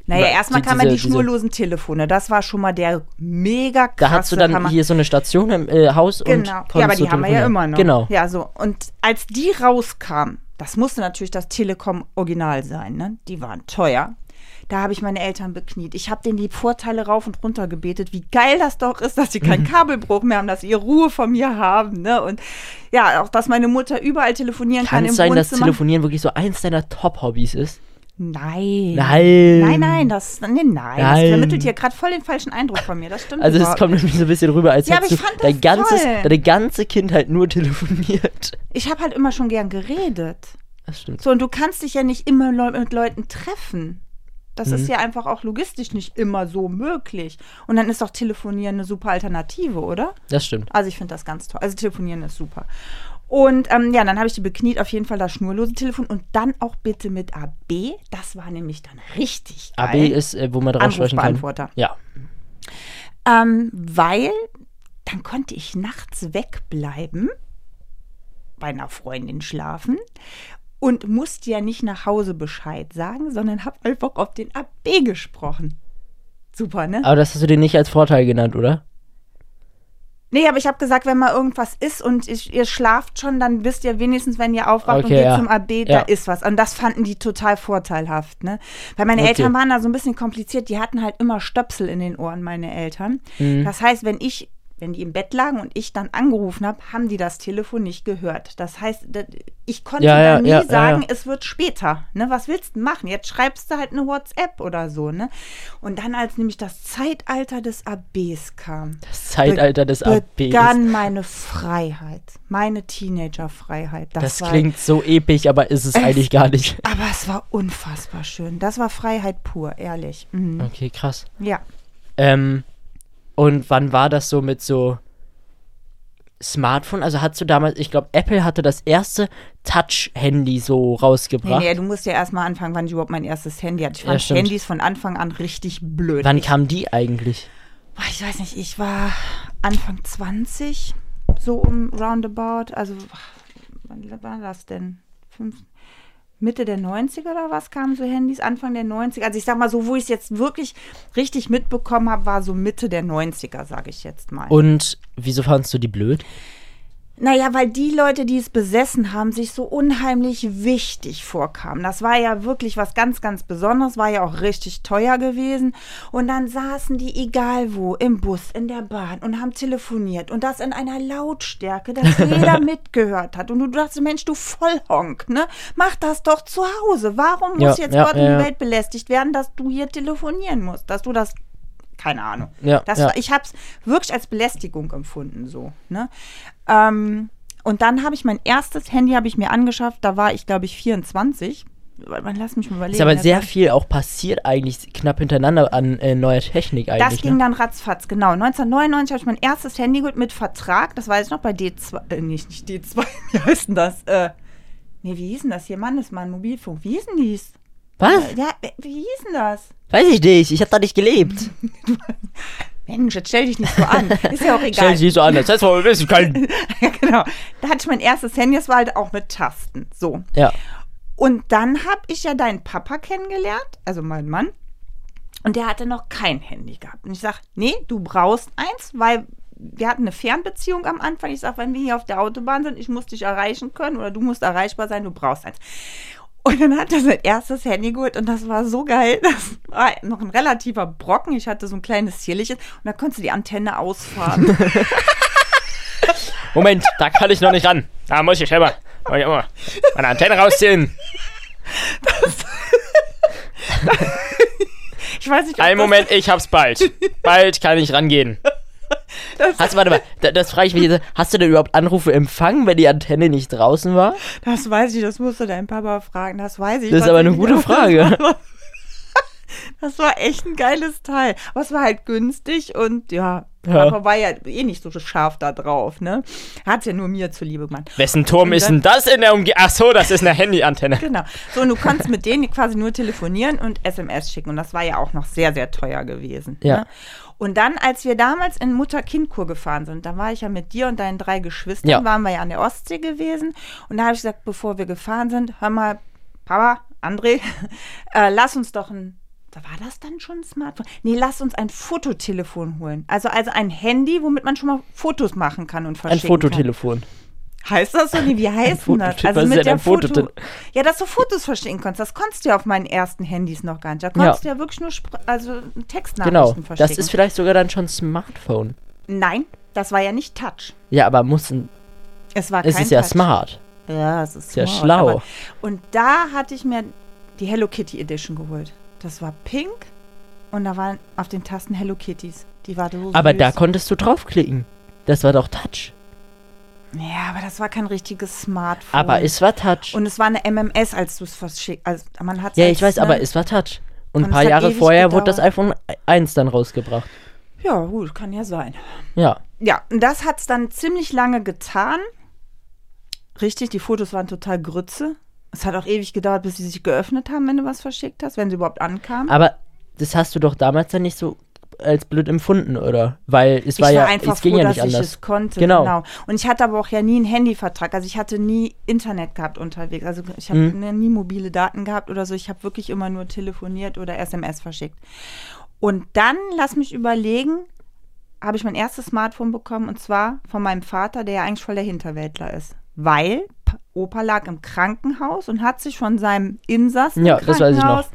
Speaker 2: Naja,
Speaker 1: Die-
Speaker 2: erstmal
Speaker 1: diese-
Speaker 2: kamen ja die
Speaker 1: diese-
Speaker 2: schnurlosen Telefone. Das war schon mal der mega krasse
Speaker 1: Da hattest du dann
Speaker 2: Hammer.
Speaker 1: hier so eine Station im äh, Haus und
Speaker 2: Genau.
Speaker 1: konntest
Speaker 2: Ja, aber
Speaker 1: so
Speaker 2: die haben wir ja
Speaker 1: telefonieren.
Speaker 2: immer noch.
Speaker 1: Genau.
Speaker 2: Ja, so. Und als die rauskam, das musste natürlich das Telekom-Original sein, ne? Die waren teuer. Da habe ich meine Eltern bekniet. Ich habe denen die Vorteile rauf und runter gebetet, wie geil das doch ist, dass sie
Speaker 1: Mhm.
Speaker 2: keinen Kabelbruch mehr haben, dass sie ihre Ruhe von mir haben. Ne? Und ja, auch, dass meine Mutter überall telefonieren kann,
Speaker 1: Kann es
Speaker 2: im
Speaker 1: sein, dass
Speaker 2: Wohnzimmer.
Speaker 1: Telefonieren wirklich so eins deiner Top-Hobbys ist?
Speaker 2: Nein.
Speaker 1: Nein.
Speaker 2: Nein, nein, das, nee, nein, das
Speaker 1: Nein.
Speaker 2: vermittelt hier gerade voll den falschen Eindruck von mir. Das stimmt
Speaker 1: Also es
Speaker 2: überhaupt
Speaker 1: kommt irgendwie so ein bisschen rüber, als
Speaker 2: Ja, aber
Speaker 1: hättest
Speaker 2: ich
Speaker 1: du
Speaker 2: fand
Speaker 1: dein
Speaker 2: das
Speaker 1: ganzes,
Speaker 2: toll.
Speaker 1: deine ganze Kindheit nur telefoniert.
Speaker 2: Ich habe halt immer schon gern geredet.
Speaker 1: Das stimmt.
Speaker 2: So, und du kannst dich ja nicht immer leu mit Leuten treffen. Das
Speaker 1: Mhm.
Speaker 2: ist ja einfach auch logistisch nicht immer so möglich. Und dann ist doch Telefonieren eine super Alternative, oder?
Speaker 1: Das stimmt.
Speaker 2: Also ich finde das ganz toll. Also Telefonieren ist super. Und ähm, ja, dann habe ich die bekniet, auf jeden Fall das schnurlose Telefon und dann auch bitte mit AB. Das war nämlich dann richtig geil.
Speaker 1: AB ist, äh, wo man drauf sprechen kann.
Speaker 2: Anrufbeantworter.
Speaker 1: Ja.
Speaker 2: Ähm, weil dann konnte ich nachts wegbleiben, bei einer Freundin schlafen und musste ja nicht nach Hause Bescheid sagen, sondern habe einfach auf den AB gesprochen. Super, ne?
Speaker 1: Aber das hast du dir nicht als Vorteil genannt, oder?
Speaker 2: Nee, aber ich habe gesagt, wenn mal irgendwas ist und ich, ihr schlaft schon, dann wisst ihr wenigstens, wenn ihr aufwacht und
Speaker 1: Okay,
Speaker 2: geht
Speaker 1: ja.
Speaker 2: zum AB, da
Speaker 1: Ja.
Speaker 2: ist was. Und das fanden die total vorteilhaft, ne? Weil meine
Speaker 1: Okay.
Speaker 2: Eltern waren da so ein bisschen kompliziert, die hatten halt immer Stöpsel in den Ohren, meine Eltern.
Speaker 1: Mhm.
Speaker 2: Das heißt, wenn ich wenn die im Bett lagen und ich dann angerufen habe, haben die das Telefon nicht gehört. Das heißt, da- ich konnte
Speaker 1: Ja, ja,
Speaker 2: dann nie
Speaker 1: ja, ja,
Speaker 2: sagen,
Speaker 1: ja.
Speaker 2: es wird später. Ne? Was willst du machen? Jetzt schreibst du halt eine WhatsApp oder so. Ne? Und dann, als nämlich das Zeitalter des ABs kam,
Speaker 1: Das Zeitalter des ABs.
Speaker 2: begann meine Freiheit, meine Teenagerfreiheit.
Speaker 1: Das
Speaker 2: war,
Speaker 1: klingt so episch, aber ist es
Speaker 2: Es-
Speaker 1: eigentlich gar nicht.
Speaker 2: Aber es war unfassbar schön. Das war Freiheit pur, ehrlich. Mhm.
Speaker 1: Okay, krass.
Speaker 2: Ja.
Speaker 1: Ähm, und wann war das so mit so Smartphone, also hast du damals, ich glaube, Apple hatte das erste Touch-Handy so
Speaker 2: Nee,
Speaker 1: rausgebracht.
Speaker 2: nee, du musst ja erstmal anfangen, wann ich überhaupt mein erstes Handy hatte. Ich
Speaker 1: Ja,
Speaker 2: fand
Speaker 1: stimmt.
Speaker 2: Handys von Anfang an richtig blöd.
Speaker 1: Wann
Speaker 2: ich,
Speaker 1: kamen die eigentlich?
Speaker 2: Boah, ich weiß nicht, ich war Anfang 20, so um roundabout. Also, wann war das denn? Fünf, Mitte der 90er oder was kamen so Handys? Anfang der 90er. Also, ich sag mal so, wo ich es jetzt wirklich richtig mitbekommen habe, war so Mitte der 90er, sage ich jetzt mal.
Speaker 1: Und wieso fandst du die blöd?
Speaker 2: Naja, weil die Leute, die es besessen haben, sich so unheimlich wichtig vorkamen. Das war ja wirklich was ganz, ganz Besonderes, war ja auch richtig teuer gewesen. Und dann saßen die egal wo, im Bus, in der Bahn und haben telefoniert. Und das in einer Lautstärke, dass jeder mitgehört hat. Und du dachtest, Mensch, du Vollhonk, ne? Mach das doch zu Hause. Warum
Speaker 1: Ja,
Speaker 2: muss jetzt
Speaker 1: ja,
Speaker 2: Gott und
Speaker 1: ja, ja.
Speaker 2: die Welt belästigt werden, dass du hier telefonieren musst? Dass du das keine Ahnung.
Speaker 1: Ja,
Speaker 2: das
Speaker 1: ja.
Speaker 2: War, ich habe es wirklich als Belästigung empfunden, so. Ne? Ähm, und dann habe ich mein erstes Handy habe ich mir angeschafft. Da war ich glaube ich 24. Man lass mich mal überlegen.
Speaker 1: Ist aber
Speaker 2: das
Speaker 1: sehr
Speaker 2: war-
Speaker 1: viel auch passiert eigentlich knapp hintereinander an äh, neuer Technik eigentlich.
Speaker 2: das ging
Speaker 1: ne?
Speaker 2: dann ratzfatz, genau. 1999 habe ich mein erstes Handy geholt mit Vertrag, das weiß ich noch, bei D2, äh, nicht, nicht D2, wie heißt denn das? Äh, nee, wie hieß denn das hier? Mannesmann, Mobilfunk, wie hieß denn dies?
Speaker 1: Was?
Speaker 2: Ja, wie hieß denn das?
Speaker 1: Weiß ich nicht. Ich habe da nicht gelebt.
Speaker 2: Mensch, jetzt stell dich nicht so an. Ist ja auch egal.
Speaker 1: Stell dich nicht so an. Das heißt, wir wissen können.
Speaker 2: ja, genau. Da hatte ich mein erstes Handy, das war halt auch mit Tasten. So.
Speaker 1: Ja.
Speaker 2: Und dann habe ich ja deinen Papa kennengelernt, also meinen Mann. Und der hatte noch kein Handy gehabt. Und ich sage, nee, du brauchst eins, weil wir hatten eine Fernbeziehung am Anfang. Ich sage, wenn wir hier auf der Autobahn sind, ich muss dich erreichen können oder du musst erreichbar sein, du brauchst eins. Und dann hat er sein erstes Handy geholt und das war so geil. Das war noch ein relativer Brocken. Ich hatte so ein kleines zierliches und da konntest du die Antenne ausfahren.
Speaker 1: Moment, da kann ich noch nicht ran. Da muss ich selber. Muss ich immer meine Antenne rausziehen.
Speaker 2: Ich weiß nicht, ob
Speaker 1: Einen
Speaker 2: das-
Speaker 1: Moment, ich hab's bald. Bald kann ich rangehen.
Speaker 2: Das-
Speaker 1: Hast du, warte mal, da- das frage ich mich jetzt. Hast du denn überhaupt Anrufe empfangen, wenn die Antenne nicht draußen war?
Speaker 2: Das weiß ich, das musst du deinen Papa fragen, das weiß ich.
Speaker 1: Das ist aber eine gute Frage.
Speaker 2: Das war echt ein geiles Teil. Aber es war halt günstig und ja,
Speaker 1: Ja.
Speaker 2: Papa war ja eh nicht so scharf da drauf, ne? Hat ja nur mir zuliebe gemacht.
Speaker 1: Wessen Turm ist denn das in der Umgebung? Ach so, das ist eine Handyantenne.
Speaker 2: Genau. So, und du konntest mit denen quasi nur telefonieren und SMS schicken. Und das war ja auch noch sehr, sehr teuer gewesen.
Speaker 1: Ja.
Speaker 2: Ne? Und dann, als wir damals in Mutter-Kind-Kur gefahren sind, da war ich ja mit dir und deinen drei Geschwistern,
Speaker 1: Ja.
Speaker 2: waren wir ja an der Ostsee gewesen. Und da habe ich gesagt, bevor wir gefahren sind, hör mal, Papa, André, äh, lass uns doch ein. Da war das dann schon ein Smartphone? Nee, lass uns ein Fototelefon holen. Also, also ein Handy, womit man schon mal Fotos machen kann und
Speaker 1: Ein
Speaker 2: verschicken kann.
Speaker 1: Fototelefon.
Speaker 2: Heißt das so? Nee, wie heißt denn das? Also
Speaker 1: Fototipp, was ist denn ein
Speaker 2: Foto.
Speaker 1: Fototipp?
Speaker 2: Ja, dass du Fotos verschicken konntest. Das konntest du ja auf meinen ersten Handys noch gar nicht. Da konntest du ja wirklich nur Spr also Textnachrichten
Speaker 1: Genau.
Speaker 2: verschicken.
Speaker 1: Das ist vielleicht sogar dann schon Smartphone.
Speaker 2: Nein, das war ja nicht Touch.
Speaker 1: Ja, aber muss ein,
Speaker 2: Es war
Speaker 1: es
Speaker 2: kein
Speaker 1: ist ja
Speaker 2: Touch.
Speaker 1: smart.
Speaker 2: Ja, es ist
Speaker 1: Ja,
Speaker 2: smart,
Speaker 1: schlau.
Speaker 2: aber- Und da hatte ich mir die Hello Kitty Edition geholt. Das war pink und da waren auf den Tasten Hello Kitties. Die war so
Speaker 1: Aber
Speaker 2: süß.
Speaker 1: da konntest du draufklicken. Das war doch Touch.
Speaker 2: Ja, aber das war kein richtiges Smartphone.
Speaker 1: Aber es war Touch.
Speaker 2: und es war eine MMS, als du es verschickt also man hat
Speaker 1: Ja, ich weiß,
Speaker 2: ne?
Speaker 1: aber es war Touch. Und
Speaker 2: Und
Speaker 1: ein
Speaker 2: es
Speaker 1: paar
Speaker 2: hat
Speaker 1: Jahre
Speaker 2: ewig
Speaker 1: vorher wurde das
Speaker 2: gedauert.
Speaker 1: iPhone 1 dann rausgebracht.
Speaker 2: Ja, gut, kann ja sein.
Speaker 1: Ja.
Speaker 2: ja, und das hat es dann ziemlich lange getan. Richtig, die Fotos waren total Grütze. Es hat auch ewig gedauert, bis sie sich geöffnet haben, wenn du was verschickt hast, wenn sie überhaupt ankamen.
Speaker 1: Aber das hast du doch damals dann nicht so als blöd empfunden, oder? Weil es
Speaker 2: ich
Speaker 1: war
Speaker 2: war
Speaker 1: ja,
Speaker 2: einfach
Speaker 1: es ging
Speaker 2: froh,
Speaker 1: ja
Speaker 2: dass
Speaker 1: nicht anders.
Speaker 2: ich es konnte.
Speaker 1: Genau.
Speaker 2: Und ich hatte aber auch ja nie einen Handyvertrag. Also ich hatte nie Internet gehabt unterwegs. Also ich habe
Speaker 1: Mhm.
Speaker 2: nie mobile Daten gehabt oder so. Ich habe wirklich immer nur telefoniert oder SMS verschickt. Und dann, lass mich überlegen, habe ich mein erstes Smartphone bekommen und zwar von meinem Vater, der ja eigentlich voll der Hinterwäldler ist. Weil P- Opa lag im Krankenhaus und hat sich von seinem Insassen
Speaker 1: Ja,
Speaker 2: im
Speaker 1: das weiß ich noch.
Speaker 2: Krankenhaus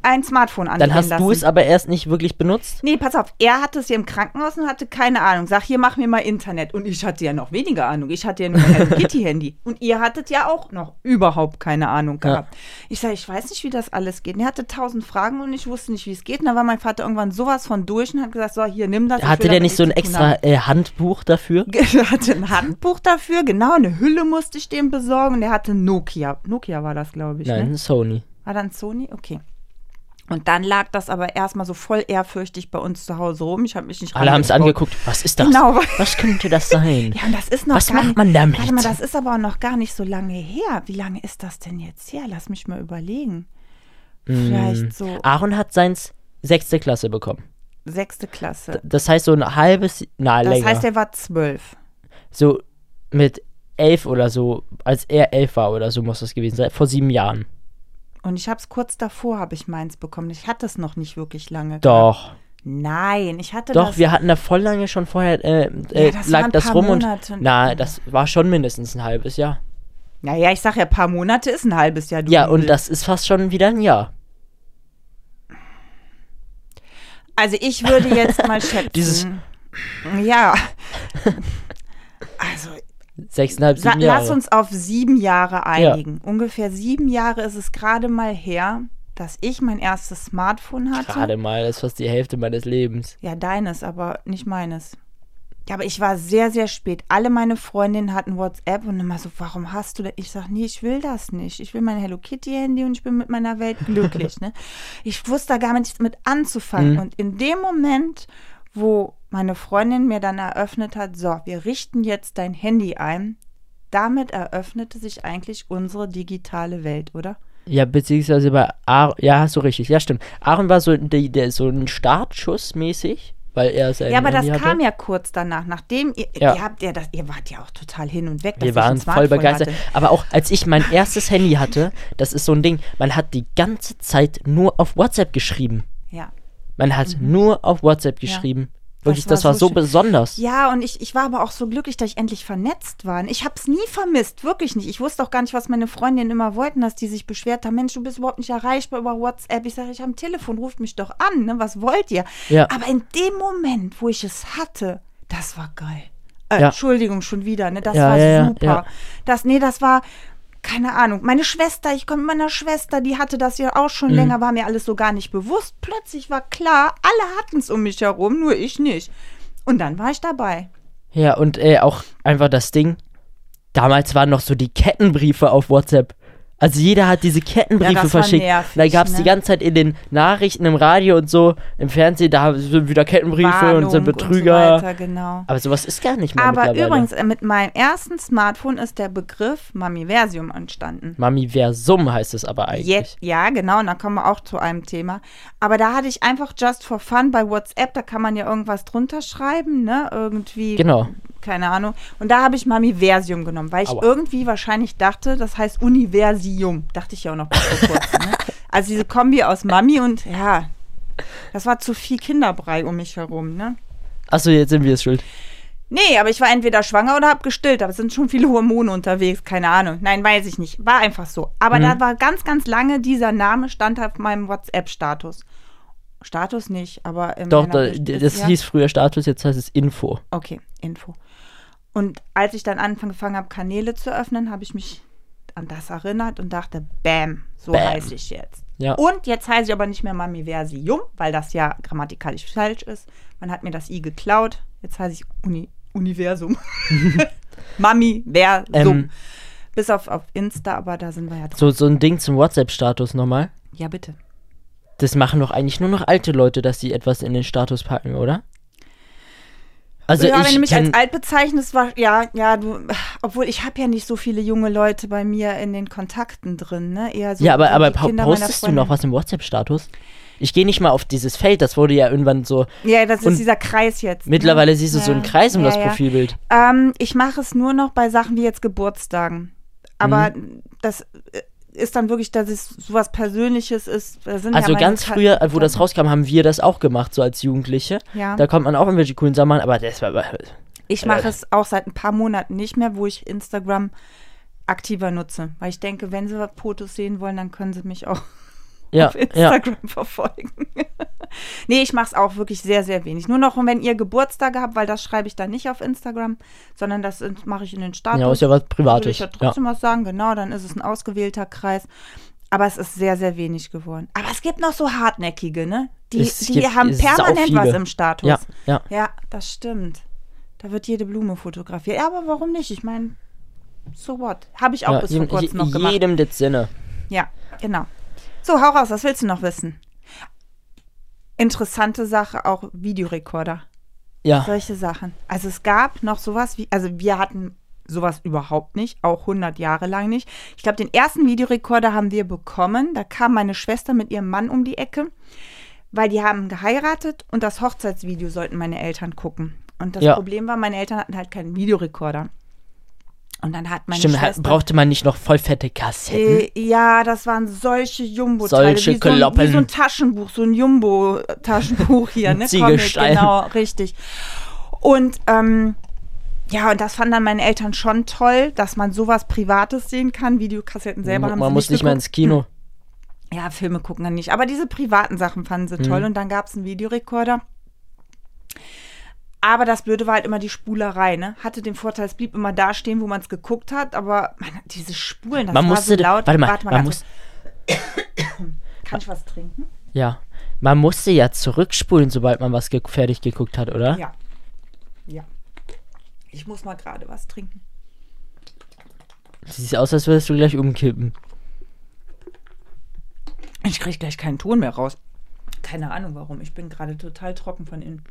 Speaker 2: ein Smartphone
Speaker 1: Dann
Speaker 2: anlegen
Speaker 1: hast
Speaker 2: lassen.
Speaker 1: du es aber erst nicht wirklich benutzt.
Speaker 2: Nee, pass auf, er hatte es hier im Krankenhaus und hatte keine Ahnung. Sag, hier mach mir mal Internet. Und ich hatte ja noch weniger Ahnung. Ich hatte ja nur ein Hello Kitty-Handy. Und ihr hattet ja auch noch überhaupt keine Ahnung
Speaker 1: Ja.
Speaker 2: gehabt. Ich sage, ich weiß nicht, wie das alles geht. Und er hatte tausend Fragen und ich wusste nicht, wie es geht. Und da war mein Vater irgendwann sowas von durch und hat gesagt, so, hier, nimm das. ich
Speaker 1: Hatte
Speaker 2: will
Speaker 1: der
Speaker 2: damit
Speaker 1: nicht so ein
Speaker 2: nichts zu tun haben.
Speaker 1: extra äh, Handbuch dafür?
Speaker 2: Er hatte ein Handbuch dafür, genau, eine Hülle musste ich dem besorgen. Und er hatte Nokia. Nokia war das, glaube ich. Ne?
Speaker 1: Nein, Sony.
Speaker 2: War dann Sony? Okay. Und dann lag das aber erstmal so voll ehrfürchtig bei uns zu Hause rum. Ich habe mich nicht
Speaker 1: Alle haben es
Speaker 2: rangetraut.
Speaker 1: angeguckt. Was ist das?
Speaker 2: Genau.
Speaker 1: Was könnte das sein?
Speaker 2: Ja, und das ist noch
Speaker 1: Was
Speaker 2: gar
Speaker 1: macht
Speaker 2: nicht,
Speaker 1: man damit?
Speaker 2: Warte mal, das ist aber noch gar nicht so lange her. Wie lange ist das denn jetzt her? Lass mich mal überlegen.
Speaker 1: Hm.
Speaker 2: Vielleicht so
Speaker 1: Aaron hat seins sechste Klasse bekommen.
Speaker 2: sechste Klasse.
Speaker 1: Das heißt so ein halbes, na
Speaker 2: Das
Speaker 1: länger.
Speaker 2: heißt, er war zwölf.
Speaker 1: so mit elf oder so, als er elf war oder so muss das gewesen sein, vor sieben Jahren.
Speaker 2: Und ich habe es kurz davor, habe ich meins bekommen. Ich hatte es noch nicht wirklich lange.
Speaker 1: Doch,
Speaker 2: Nein, ich hatte
Speaker 1: doch,
Speaker 2: das.
Speaker 1: wir hatten da voll lange schon vorher, äh, äh,
Speaker 2: Ja, das waren
Speaker 1: lag
Speaker 2: ein
Speaker 1: das
Speaker 2: paar
Speaker 1: rum
Speaker 2: Monate.
Speaker 1: und, na, das war schon mindestens ein halbes Jahr.
Speaker 2: naja, ich sag ja, paar Monate ist ein halbes Jahr. Du
Speaker 1: Ja, und
Speaker 2: Nudel.
Speaker 1: das ist fast schon wieder ein Jahr.
Speaker 2: Also ich würde jetzt mal schätzen.
Speaker 1: Dieses-
Speaker 2: Ja. Also
Speaker 1: Sechseinhalb,
Speaker 2: Sa
Speaker 1: sieben Jahre.
Speaker 2: lass uns auf sieben Jahre einigen. Ungefähr sieben Jahre ist es gerade mal her, dass ich mein erstes Smartphone hatte.
Speaker 1: Gerade mal, das ist fast die Hälfte meines Lebens.
Speaker 2: Ja, deines, aber nicht meines. Ja, aber ich war sehr, sehr spät. Alle meine Freundinnen hatten WhatsApp und immer so, warum hast du das? Ich sag, nee, ich will das nicht. Ich will mein Hello Kitty-Handy und ich bin mit meiner Welt glücklich. ne? Ich wusste da gar nichts mit anzufangen. Und in dem Moment, wo meine Freundin mir dann eröffnet hat, so, wir richten jetzt dein Handy ein, damit eröffnete sich eigentlich unsere digitale Welt, oder?
Speaker 1: Ja, beziehungsweise bei Aaron, ja, hast du richtig, ja, stimmt. Aaron war so, der, der, so ein Startschuss mäßig, weil er sein
Speaker 2: Ja, aber das
Speaker 1: Handy hatte.
Speaker 2: kam ja kurz danach, nachdem ihr,
Speaker 1: Ja.
Speaker 2: ihr habt ja das, ihr wart ja auch total hin und weg. dass
Speaker 1: Wir
Speaker 2: ich ein
Speaker 1: waren voll
Speaker 2: Smartphone
Speaker 1: begeistert.
Speaker 2: hatte.
Speaker 1: Aber auch als ich mein erstes Handy hatte, das ist so ein Ding, man hat die ganze Zeit nur auf WhatsApp geschrieben.
Speaker 2: Ja.
Speaker 1: Man hat
Speaker 2: Mhm.
Speaker 1: nur auf WhatsApp geschrieben. Wirklich, das war, so,
Speaker 2: schön.
Speaker 1: besonders.
Speaker 2: Ja, und ich, ich war aber auch so glücklich, dass ich endlich vernetzt war. Ich hab's nie vermisst, wirklich nicht. Ich wusste auch gar nicht, was meine Freundinnen immer wollten, dass die sich beschwert haben, Mensch, du bist überhaupt nicht erreichbar über WhatsApp. Ich sage, ich habe ein Telefon, ruft mich doch an, ne? was wollt ihr?
Speaker 1: Ja.
Speaker 2: Aber in dem Moment, wo ich es hatte, das war geil. Äh,
Speaker 1: Ja.
Speaker 2: Entschuldigung, schon wieder, ne? das
Speaker 1: Ja,
Speaker 2: war
Speaker 1: ja, ja,
Speaker 2: super.
Speaker 1: ja.
Speaker 2: Das, nee, das war... Keine Ahnung. Meine Schwester, ich komme mit meiner Schwester, die hatte das ja auch
Speaker 1: Mhm.
Speaker 2: schon länger, war mir alles so gar nicht bewusst. Plötzlich war klar, alle hatten es um mich herum, nur ich nicht. Und dann war ich dabei.
Speaker 1: Ja, und äh, auch einfach das Ding, damals waren noch so die Kettenbriefe auf WhatsApp. Also jeder hat diese Kettenbriefe
Speaker 2: Ja, das war
Speaker 1: verschickt.
Speaker 2: nervig,
Speaker 1: da gab es die
Speaker 2: ne?
Speaker 1: ganze Zeit in den Nachrichten, im Radio und so, im Fernsehen, da sind wieder Kettenbriefe und sind
Speaker 2: Warnung
Speaker 1: Betrüger.
Speaker 2: Und so weiter, genau.
Speaker 1: Aber sowas ist gar nicht mehr
Speaker 2: Aber
Speaker 1: mittlerweile.
Speaker 2: übrigens, äh, mit meinem ersten Smartphone ist der Begriff Mamiversium entstanden.
Speaker 1: Mamiversum heißt es aber eigentlich.
Speaker 2: Jetzt, ja, genau, und dann kommen wir auch zu einem Thema. Aber da hatte ich einfach just for fun bei WhatsApp, da kann man ja irgendwas drunter schreiben, ne? Irgendwie.
Speaker 1: Genau.
Speaker 2: Keine Ahnung. Und da habe ich Mamiversium genommen, weil ich
Speaker 1: Aua.
Speaker 2: irgendwie wahrscheinlich dachte, das heißt Universium. Dachte ich ja auch noch bis vor kurzem. ne? Also diese Kombi aus Mami und ja, das war zu viel Kinderbrei um mich herum, ne?
Speaker 1: Achso, jetzt sind wir es schuld.
Speaker 2: Nee, aber ich war entweder schwanger oder hab gestillt. Aber es sind schon viele Hormone unterwegs, keine Ahnung. Nein, weiß ich nicht. War einfach so. Aber
Speaker 1: Mhm.
Speaker 2: da war ganz, ganz lange dieser Name stand auf meinem WhatsApp-Status. Status nicht, aber in
Speaker 1: Doch, da,
Speaker 2: meiner
Speaker 1: d-
Speaker 2: Best-
Speaker 1: das
Speaker 2: ja.
Speaker 1: hieß früher Status, jetzt heißt es Info.
Speaker 2: Okay, Info. Und als ich dann angefangen habe, Kanäle zu öffnen, habe ich mich an das erinnert und dachte, bam, so
Speaker 1: Bam.
Speaker 2: heiße ich jetzt.
Speaker 1: Ja.
Speaker 2: Und jetzt heiße ich aber nicht mehr Mamiversium, weil das ja grammatikalisch falsch ist. Man hat mir das I geklaut. Jetzt heiße ich Uni Universum. Mamiversum.
Speaker 1: Ähm.
Speaker 2: Bis auf, auf Insta, aber da sind wir ja dran.
Speaker 1: So, so ein Ding zum WhatsApp-Status nochmal.
Speaker 2: Ja, bitte.
Speaker 1: Das machen doch eigentlich nur noch alte Leute, dass sie etwas in den Status packen, oder? Also
Speaker 2: ja, wenn
Speaker 1: ich
Speaker 2: du mich
Speaker 1: kenn,
Speaker 2: als alt bezeichnest, war ja, ja, du, obwohl ich habe ja nicht so viele junge Leute bei mir in den Kontakten drin, ne? Eher so
Speaker 1: ja, aber,
Speaker 2: die
Speaker 1: aber
Speaker 2: Kinder
Speaker 1: pa-
Speaker 2: meiner
Speaker 1: postest du noch
Speaker 2: Freundin.
Speaker 1: was im WhatsApp-Status? Ich gehe nicht mal auf dieses Feld, das wurde ja irgendwann so.
Speaker 2: Ja, das
Speaker 1: Und
Speaker 2: ist dieser Kreis jetzt. ne?
Speaker 1: Mittlerweile siehst du so
Speaker 2: Ja.
Speaker 1: einen Kreis um
Speaker 2: Ja,
Speaker 1: das
Speaker 2: ja.
Speaker 1: Profilbild.
Speaker 2: Ähm, ich mache es nur noch bei Sachen wie jetzt Geburtstagen. Aber
Speaker 1: Mhm.
Speaker 2: das äh, ist dann wirklich, dass es sowas Persönliches ist. Da sind
Speaker 1: Also
Speaker 2: ja meine
Speaker 1: ganz
Speaker 2: Ka-
Speaker 1: früher, wo das rauskam, haben wir das auch gemacht, so als Jugendliche.
Speaker 2: Ja.
Speaker 1: Da Äh. kommt man auch irgendwelche coolen Sachen machen, aber das war.
Speaker 2: Ich mache es auch seit ein paar Monaten nicht mehr, wo ich Instagram aktiver nutze. Weil ich denke, wenn sie Fotos sehen wollen, dann können sie mich auch
Speaker 1: Ja,
Speaker 2: auf
Speaker 1: ja.
Speaker 2: Instagram verfolgen. nee, ich mache es auch wirklich sehr, sehr wenig. Nur noch, wenn ihr Geburtstage habt, weil das schreibe ich dann nicht auf Instagram, sondern das mache ich in den Status.
Speaker 1: Ja, ist ja was
Speaker 2: Würde ich
Speaker 1: Privates.
Speaker 2: ja
Speaker 1: Ja.
Speaker 2: trotzdem was sagen, genau, dann ist es ein ausgewählter Kreis. Aber es ist sehr, sehr wenig geworden. Aber es gibt noch so hartnäckige, ne? Die,
Speaker 1: Es
Speaker 2: die
Speaker 1: gibt
Speaker 2: haben
Speaker 1: sau
Speaker 2: permanent was
Speaker 1: viele.
Speaker 2: im Status.
Speaker 1: Ja, ja.
Speaker 2: ja, das stimmt. Da wird jede Blume fotografiert. Ja, aber warum nicht? Ich meine, so what? Habe ich auch
Speaker 1: Ja,
Speaker 2: bis
Speaker 1: je-
Speaker 2: vor kurzem noch
Speaker 1: je-
Speaker 2: gemacht.
Speaker 1: jedem das Sinne.
Speaker 2: Ja, genau. So, hau raus, was willst du noch wissen? Interessante Sache auch Videorekorder.
Speaker 1: Ja,
Speaker 2: Solche Sachen. Also es gab noch sowas wie, also wir hatten sowas überhaupt nicht, auch 100 Jahre lang nicht. Ich glaube, den ersten Videorekorder haben wir bekommen. Da kam meine Schwester mit ihrem Mann um die Ecke, weil die haben geheiratet und das Hochzeitsvideo sollten meine Eltern gucken. Und das
Speaker 1: Ja.
Speaker 2: Problem war, meine Eltern hatten halt keinen Videorekorder. Und dann hat meine
Speaker 1: stimmt, hat-
Speaker 2: Schwester...
Speaker 1: brauchte man nicht noch voll fette Kassetten.
Speaker 2: Äh, ja, das waren solche jumbo
Speaker 1: Solche
Speaker 2: wie, so ein, wie
Speaker 1: Kloppen.
Speaker 2: so ein Taschenbuch, so ein Jumbo-Taschenbuch hier, ne? Comic,
Speaker 1: Ziegelstein.
Speaker 2: genau, richtig. Und ähm, ja, und das fanden dann meine Eltern schon toll, dass man sowas Privates sehen kann. Videokassetten selber haben
Speaker 1: man
Speaker 2: sie
Speaker 1: muss nicht mehr
Speaker 2: geguckt.
Speaker 1: ins Kino.
Speaker 2: Ja, Filme gucken dann nicht. Aber diese privaten Sachen fanden sie toll. Und dann gab es einen Videorekorder. Aber das Blöde war halt immer die Spulerei, ne? Hatte den Vorteil, es blieb immer da stehen, wo man es geguckt hat, aber man, diese Spulen, das
Speaker 1: Man
Speaker 2: war
Speaker 1: musste,
Speaker 2: so laut.
Speaker 1: warte mal, man
Speaker 2: ganz
Speaker 1: muss,
Speaker 2: kurz. Kann ich was trinken?
Speaker 1: ja, man musste ja zurückspulen, sobald man was ge fertig geguckt hat, oder?
Speaker 2: Ja. Ja. Ich muss mal gerade was trinken.
Speaker 1: Sieht aus, als würdest du gleich umkippen.
Speaker 2: Ich kriege gleich keinen Ton mehr raus. Keine Ahnung warum. Ich bin gerade total trocken von innen.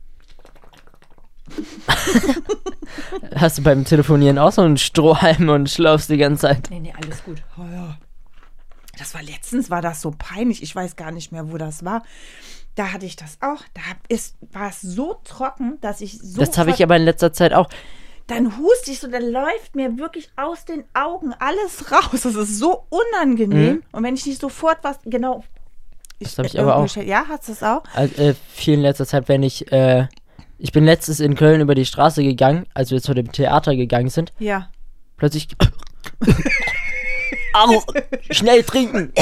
Speaker 1: Hast du beim Telefonieren auch so einen Strohhalm und schlaufst die ganze Zeit?
Speaker 2: Nee, nee, alles gut. Oh, ja. Das war letztens, war das so peinlich. Ich weiß gar nicht mehr, wo das war. Da hatte ich das auch. Da hab- ist, war es so trocken, dass ich so.
Speaker 1: Das habe ich
Speaker 2: ver-
Speaker 1: aber in letzter Zeit auch.
Speaker 2: Dann huste ich so, dann läuft mir wirklich aus den Augen alles raus. Das ist so unangenehm. Und wenn ich nicht sofort was. Genau.
Speaker 1: Mhm. Das hab ich aber auch.
Speaker 2: irgendeine Stelle- Ja, hast du es auch?
Speaker 1: Also, äh, viel in letzter Zeit, wenn ich, äh, ich bin letztens in Köln über die Straße gegangen, als wir zu dem Theater gegangen sind.
Speaker 2: Ja.
Speaker 1: Plötzlich. Au! Schnell trinken!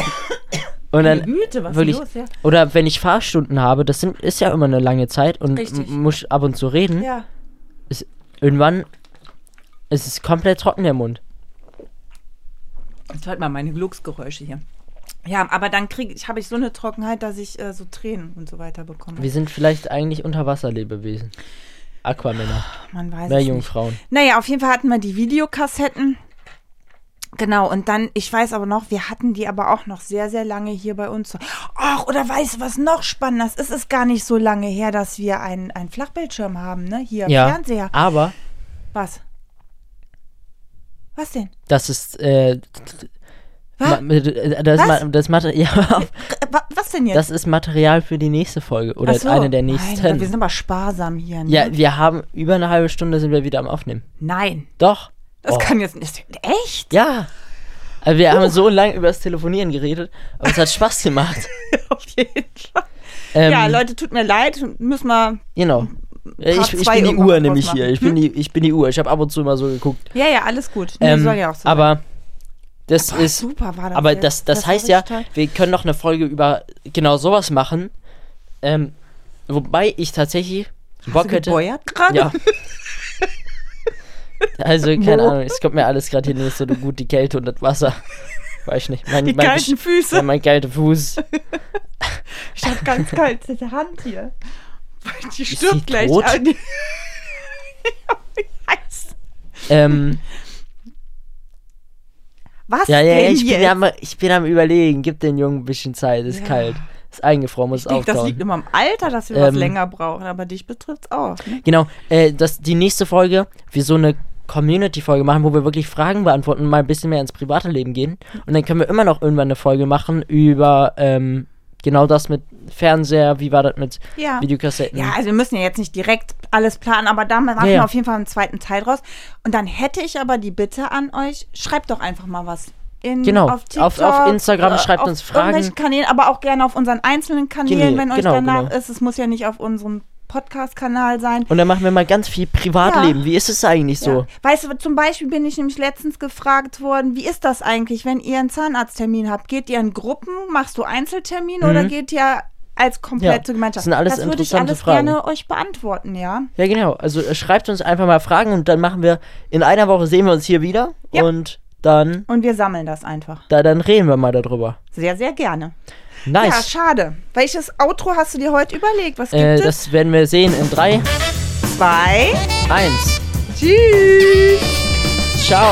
Speaker 1: Und dann.
Speaker 2: Güte, was
Speaker 1: wirklich,
Speaker 2: ist los? Ja.
Speaker 1: Oder wenn ich Fahrstunden habe, das sind, ist ja immer eine lange Zeit und
Speaker 2: Richtig.
Speaker 1: m- muss ab und zu reden.
Speaker 2: ja.
Speaker 1: Ist, irgendwann ist es komplett trocken der Mund.
Speaker 2: Jetzt hört mal meine Glucksgeräusche hier. Ja, aber dann kriege ich, habe ich so eine Trockenheit, dass ich äh, so Tränen und so weiter bekomme.
Speaker 1: Wir sind vielleicht eigentlich Unterwasserlebewesen. Aquamänner,
Speaker 2: Man Ah, weiß es nicht.
Speaker 1: Meerjungfrauen.
Speaker 2: Naja, auf jeden Fall hatten wir die Videokassetten. Genau, und dann, ich weiß aber noch, wir hatten die aber auch noch sehr, sehr lange hier bei uns. Ach, oder weißt du, was noch spannendes ist? Es ist gar nicht so lange her, dass wir einen, einen Flachbildschirm haben, ne? Hier,
Speaker 1: Ja,
Speaker 2: Fernseher.
Speaker 1: aber
Speaker 2: Was? Was denn?
Speaker 1: das ist, äh,
Speaker 2: Was?
Speaker 1: ma- äh, das,
Speaker 2: Was?
Speaker 1: Ma das, Mater ja,
Speaker 2: Äh, wa- Was denn jetzt?
Speaker 1: das ist Material für die nächste Folge oder
Speaker 2: Ach so.
Speaker 1: halt eine der
Speaker 2: Nein, wir
Speaker 1: nächsten.
Speaker 2: sind aber sparsam hier. Ne?
Speaker 1: ja, wir haben über eine halbe Stunde sind wir wieder am Aufnehmen.
Speaker 2: Nein,
Speaker 1: Doch.
Speaker 2: das
Speaker 1: Oh.
Speaker 2: kann Uh. jetzt nicht. Echt?
Speaker 1: Ja. Also wir haben so lange über das Telefonieren geredet, aber es hat Spaß gemacht.
Speaker 2: Auf jeden Fall.
Speaker 1: Ähm,
Speaker 2: ja, Leute, tut mir leid. Müssen wir.
Speaker 1: Genau. Äh,
Speaker 2: Part
Speaker 1: Ich, ich
Speaker 2: zwei
Speaker 1: bin die
Speaker 2: irgendwann
Speaker 1: Uhr nämlich
Speaker 2: draus
Speaker 1: hier.
Speaker 2: machen.
Speaker 1: Ich bin die, ich bin die Uhr. Ich habe ab und zu mal so geguckt.
Speaker 2: Ja, ja, alles gut. Nee,
Speaker 1: Ähm,
Speaker 2: soll ja auch so
Speaker 1: aber das ist.
Speaker 2: super war das
Speaker 1: aber
Speaker 2: jetzt.
Speaker 1: das, das,
Speaker 2: war
Speaker 1: heißt ja,
Speaker 2: richtig toll.
Speaker 1: wir können noch eine Folge über genau sowas machen. Ähm, wobei ich tatsächlich Bock
Speaker 2: Hast du
Speaker 1: hätte.
Speaker 2: gebäuert gerade?
Speaker 1: Ja. also, keine
Speaker 2: Wo?
Speaker 1: Ahnung, es kommt mir alles gerade hier nicht so gut, die Kälte und das Wasser. Weiß nicht. Mein,
Speaker 2: Die
Speaker 1: mein
Speaker 2: kalten
Speaker 1: Gesch-
Speaker 2: Füße.
Speaker 1: Ja, mein kalter Fuß.
Speaker 2: Ich hab ganz kalte Hand hier. Weil Die
Speaker 1: sie
Speaker 2: stirbt gleich
Speaker 1: tot?
Speaker 2: an. Ich weiß.
Speaker 1: ähm,
Speaker 2: Was
Speaker 1: ja, ja, ja,
Speaker 2: denn
Speaker 1: ich bin,
Speaker 2: jetzt?
Speaker 1: am, ich bin am überlegen. Gib den Jungen ein bisschen Zeit, ist
Speaker 2: Ja.
Speaker 1: kalt. Ist eingefroren, muss
Speaker 2: ich denke, das
Speaker 1: auftauen.
Speaker 2: liegt immer am Alter, dass wir was
Speaker 1: Ähm.
Speaker 2: länger brauchen, aber dich betrifft's auch. Ne?
Speaker 1: Genau, äh, das, die nächste Folge, wir so eine Community-Folge machen, wo wir wirklich Fragen beantworten und mal ein bisschen mehr ins private Leben gehen. Und dann können wir immer noch irgendwann eine Folge machen über ähm, genau das mit Fernseher, wie war das mit
Speaker 2: Ja.
Speaker 1: Videokassetten.
Speaker 2: Ja, also wir müssen ja jetzt nicht direkt alles planen, aber da machen
Speaker 1: Mhm. Ja, ja.
Speaker 2: wir auf jeden Fall einen zweiten Teil draus. Und dann hätte ich aber die Bitte an euch, schreibt doch einfach mal was. In,
Speaker 1: Genau.
Speaker 2: auf, TikTok,
Speaker 1: Auf- auf Instagram
Speaker 2: äh,
Speaker 1: schreibt
Speaker 2: auf
Speaker 1: uns Fragen.
Speaker 2: irgendwelchen Kanälen, aber auch gerne auf unseren einzelnen Kanälen,
Speaker 1: Genau,
Speaker 2: wenn euch
Speaker 1: genau,
Speaker 2: danach
Speaker 1: genau.
Speaker 2: ist. Es muss ja nicht auf unserem Podcast-Kanal sein.
Speaker 1: Und dann machen wir mal ganz viel Privatleben. Wie ist es eigentlich so?
Speaker 2: Ja. Weißt du, zum Beispiel bin ich nämlich letztens gefragt worden, wie ist das eigentlich, wenn ihr einen Zahnarzttermin habt? Geht ihr in Gruppen, machst du Einzeltermine oder geht ihr als komplette
Speaker 1: Mhm. Ja,
Speaker 2: Gemeinschaft?
Speaker 1: das sind alles
Speaker 2: das würde ich
Speaker 1: interessante
Speaker 2: alles
Speaker 1: Fragen.
Speaker 2: gerne euch beantworten, ja.
Speaker 1: Ja, genau. Also äh, schreibt uns einfach mal Fragen und dann machen wir, in einer Woche sehen wir uns hier wieder
Speaker 2: Ja.
Speaker 1: und dann,
Speaker 2: Und wir sammeln das einfach.
Speaker 1: da, dann reden wir mal darüber.
Speaker 2: Sehr, sehr gerne. Ja,
Speaker 1: Nice.
Speaker 2: schade. Welches Outro hast du dir heute überlegt? Was gibt
Speaker 1: äh,
Speaker 2: es?
Speaker 1: das werden wir sehen in 3,
Speaker 2: Zwei.
Speaker 1: 1.
Speaker 2: Tschüss.
Speaker 1: Ciao.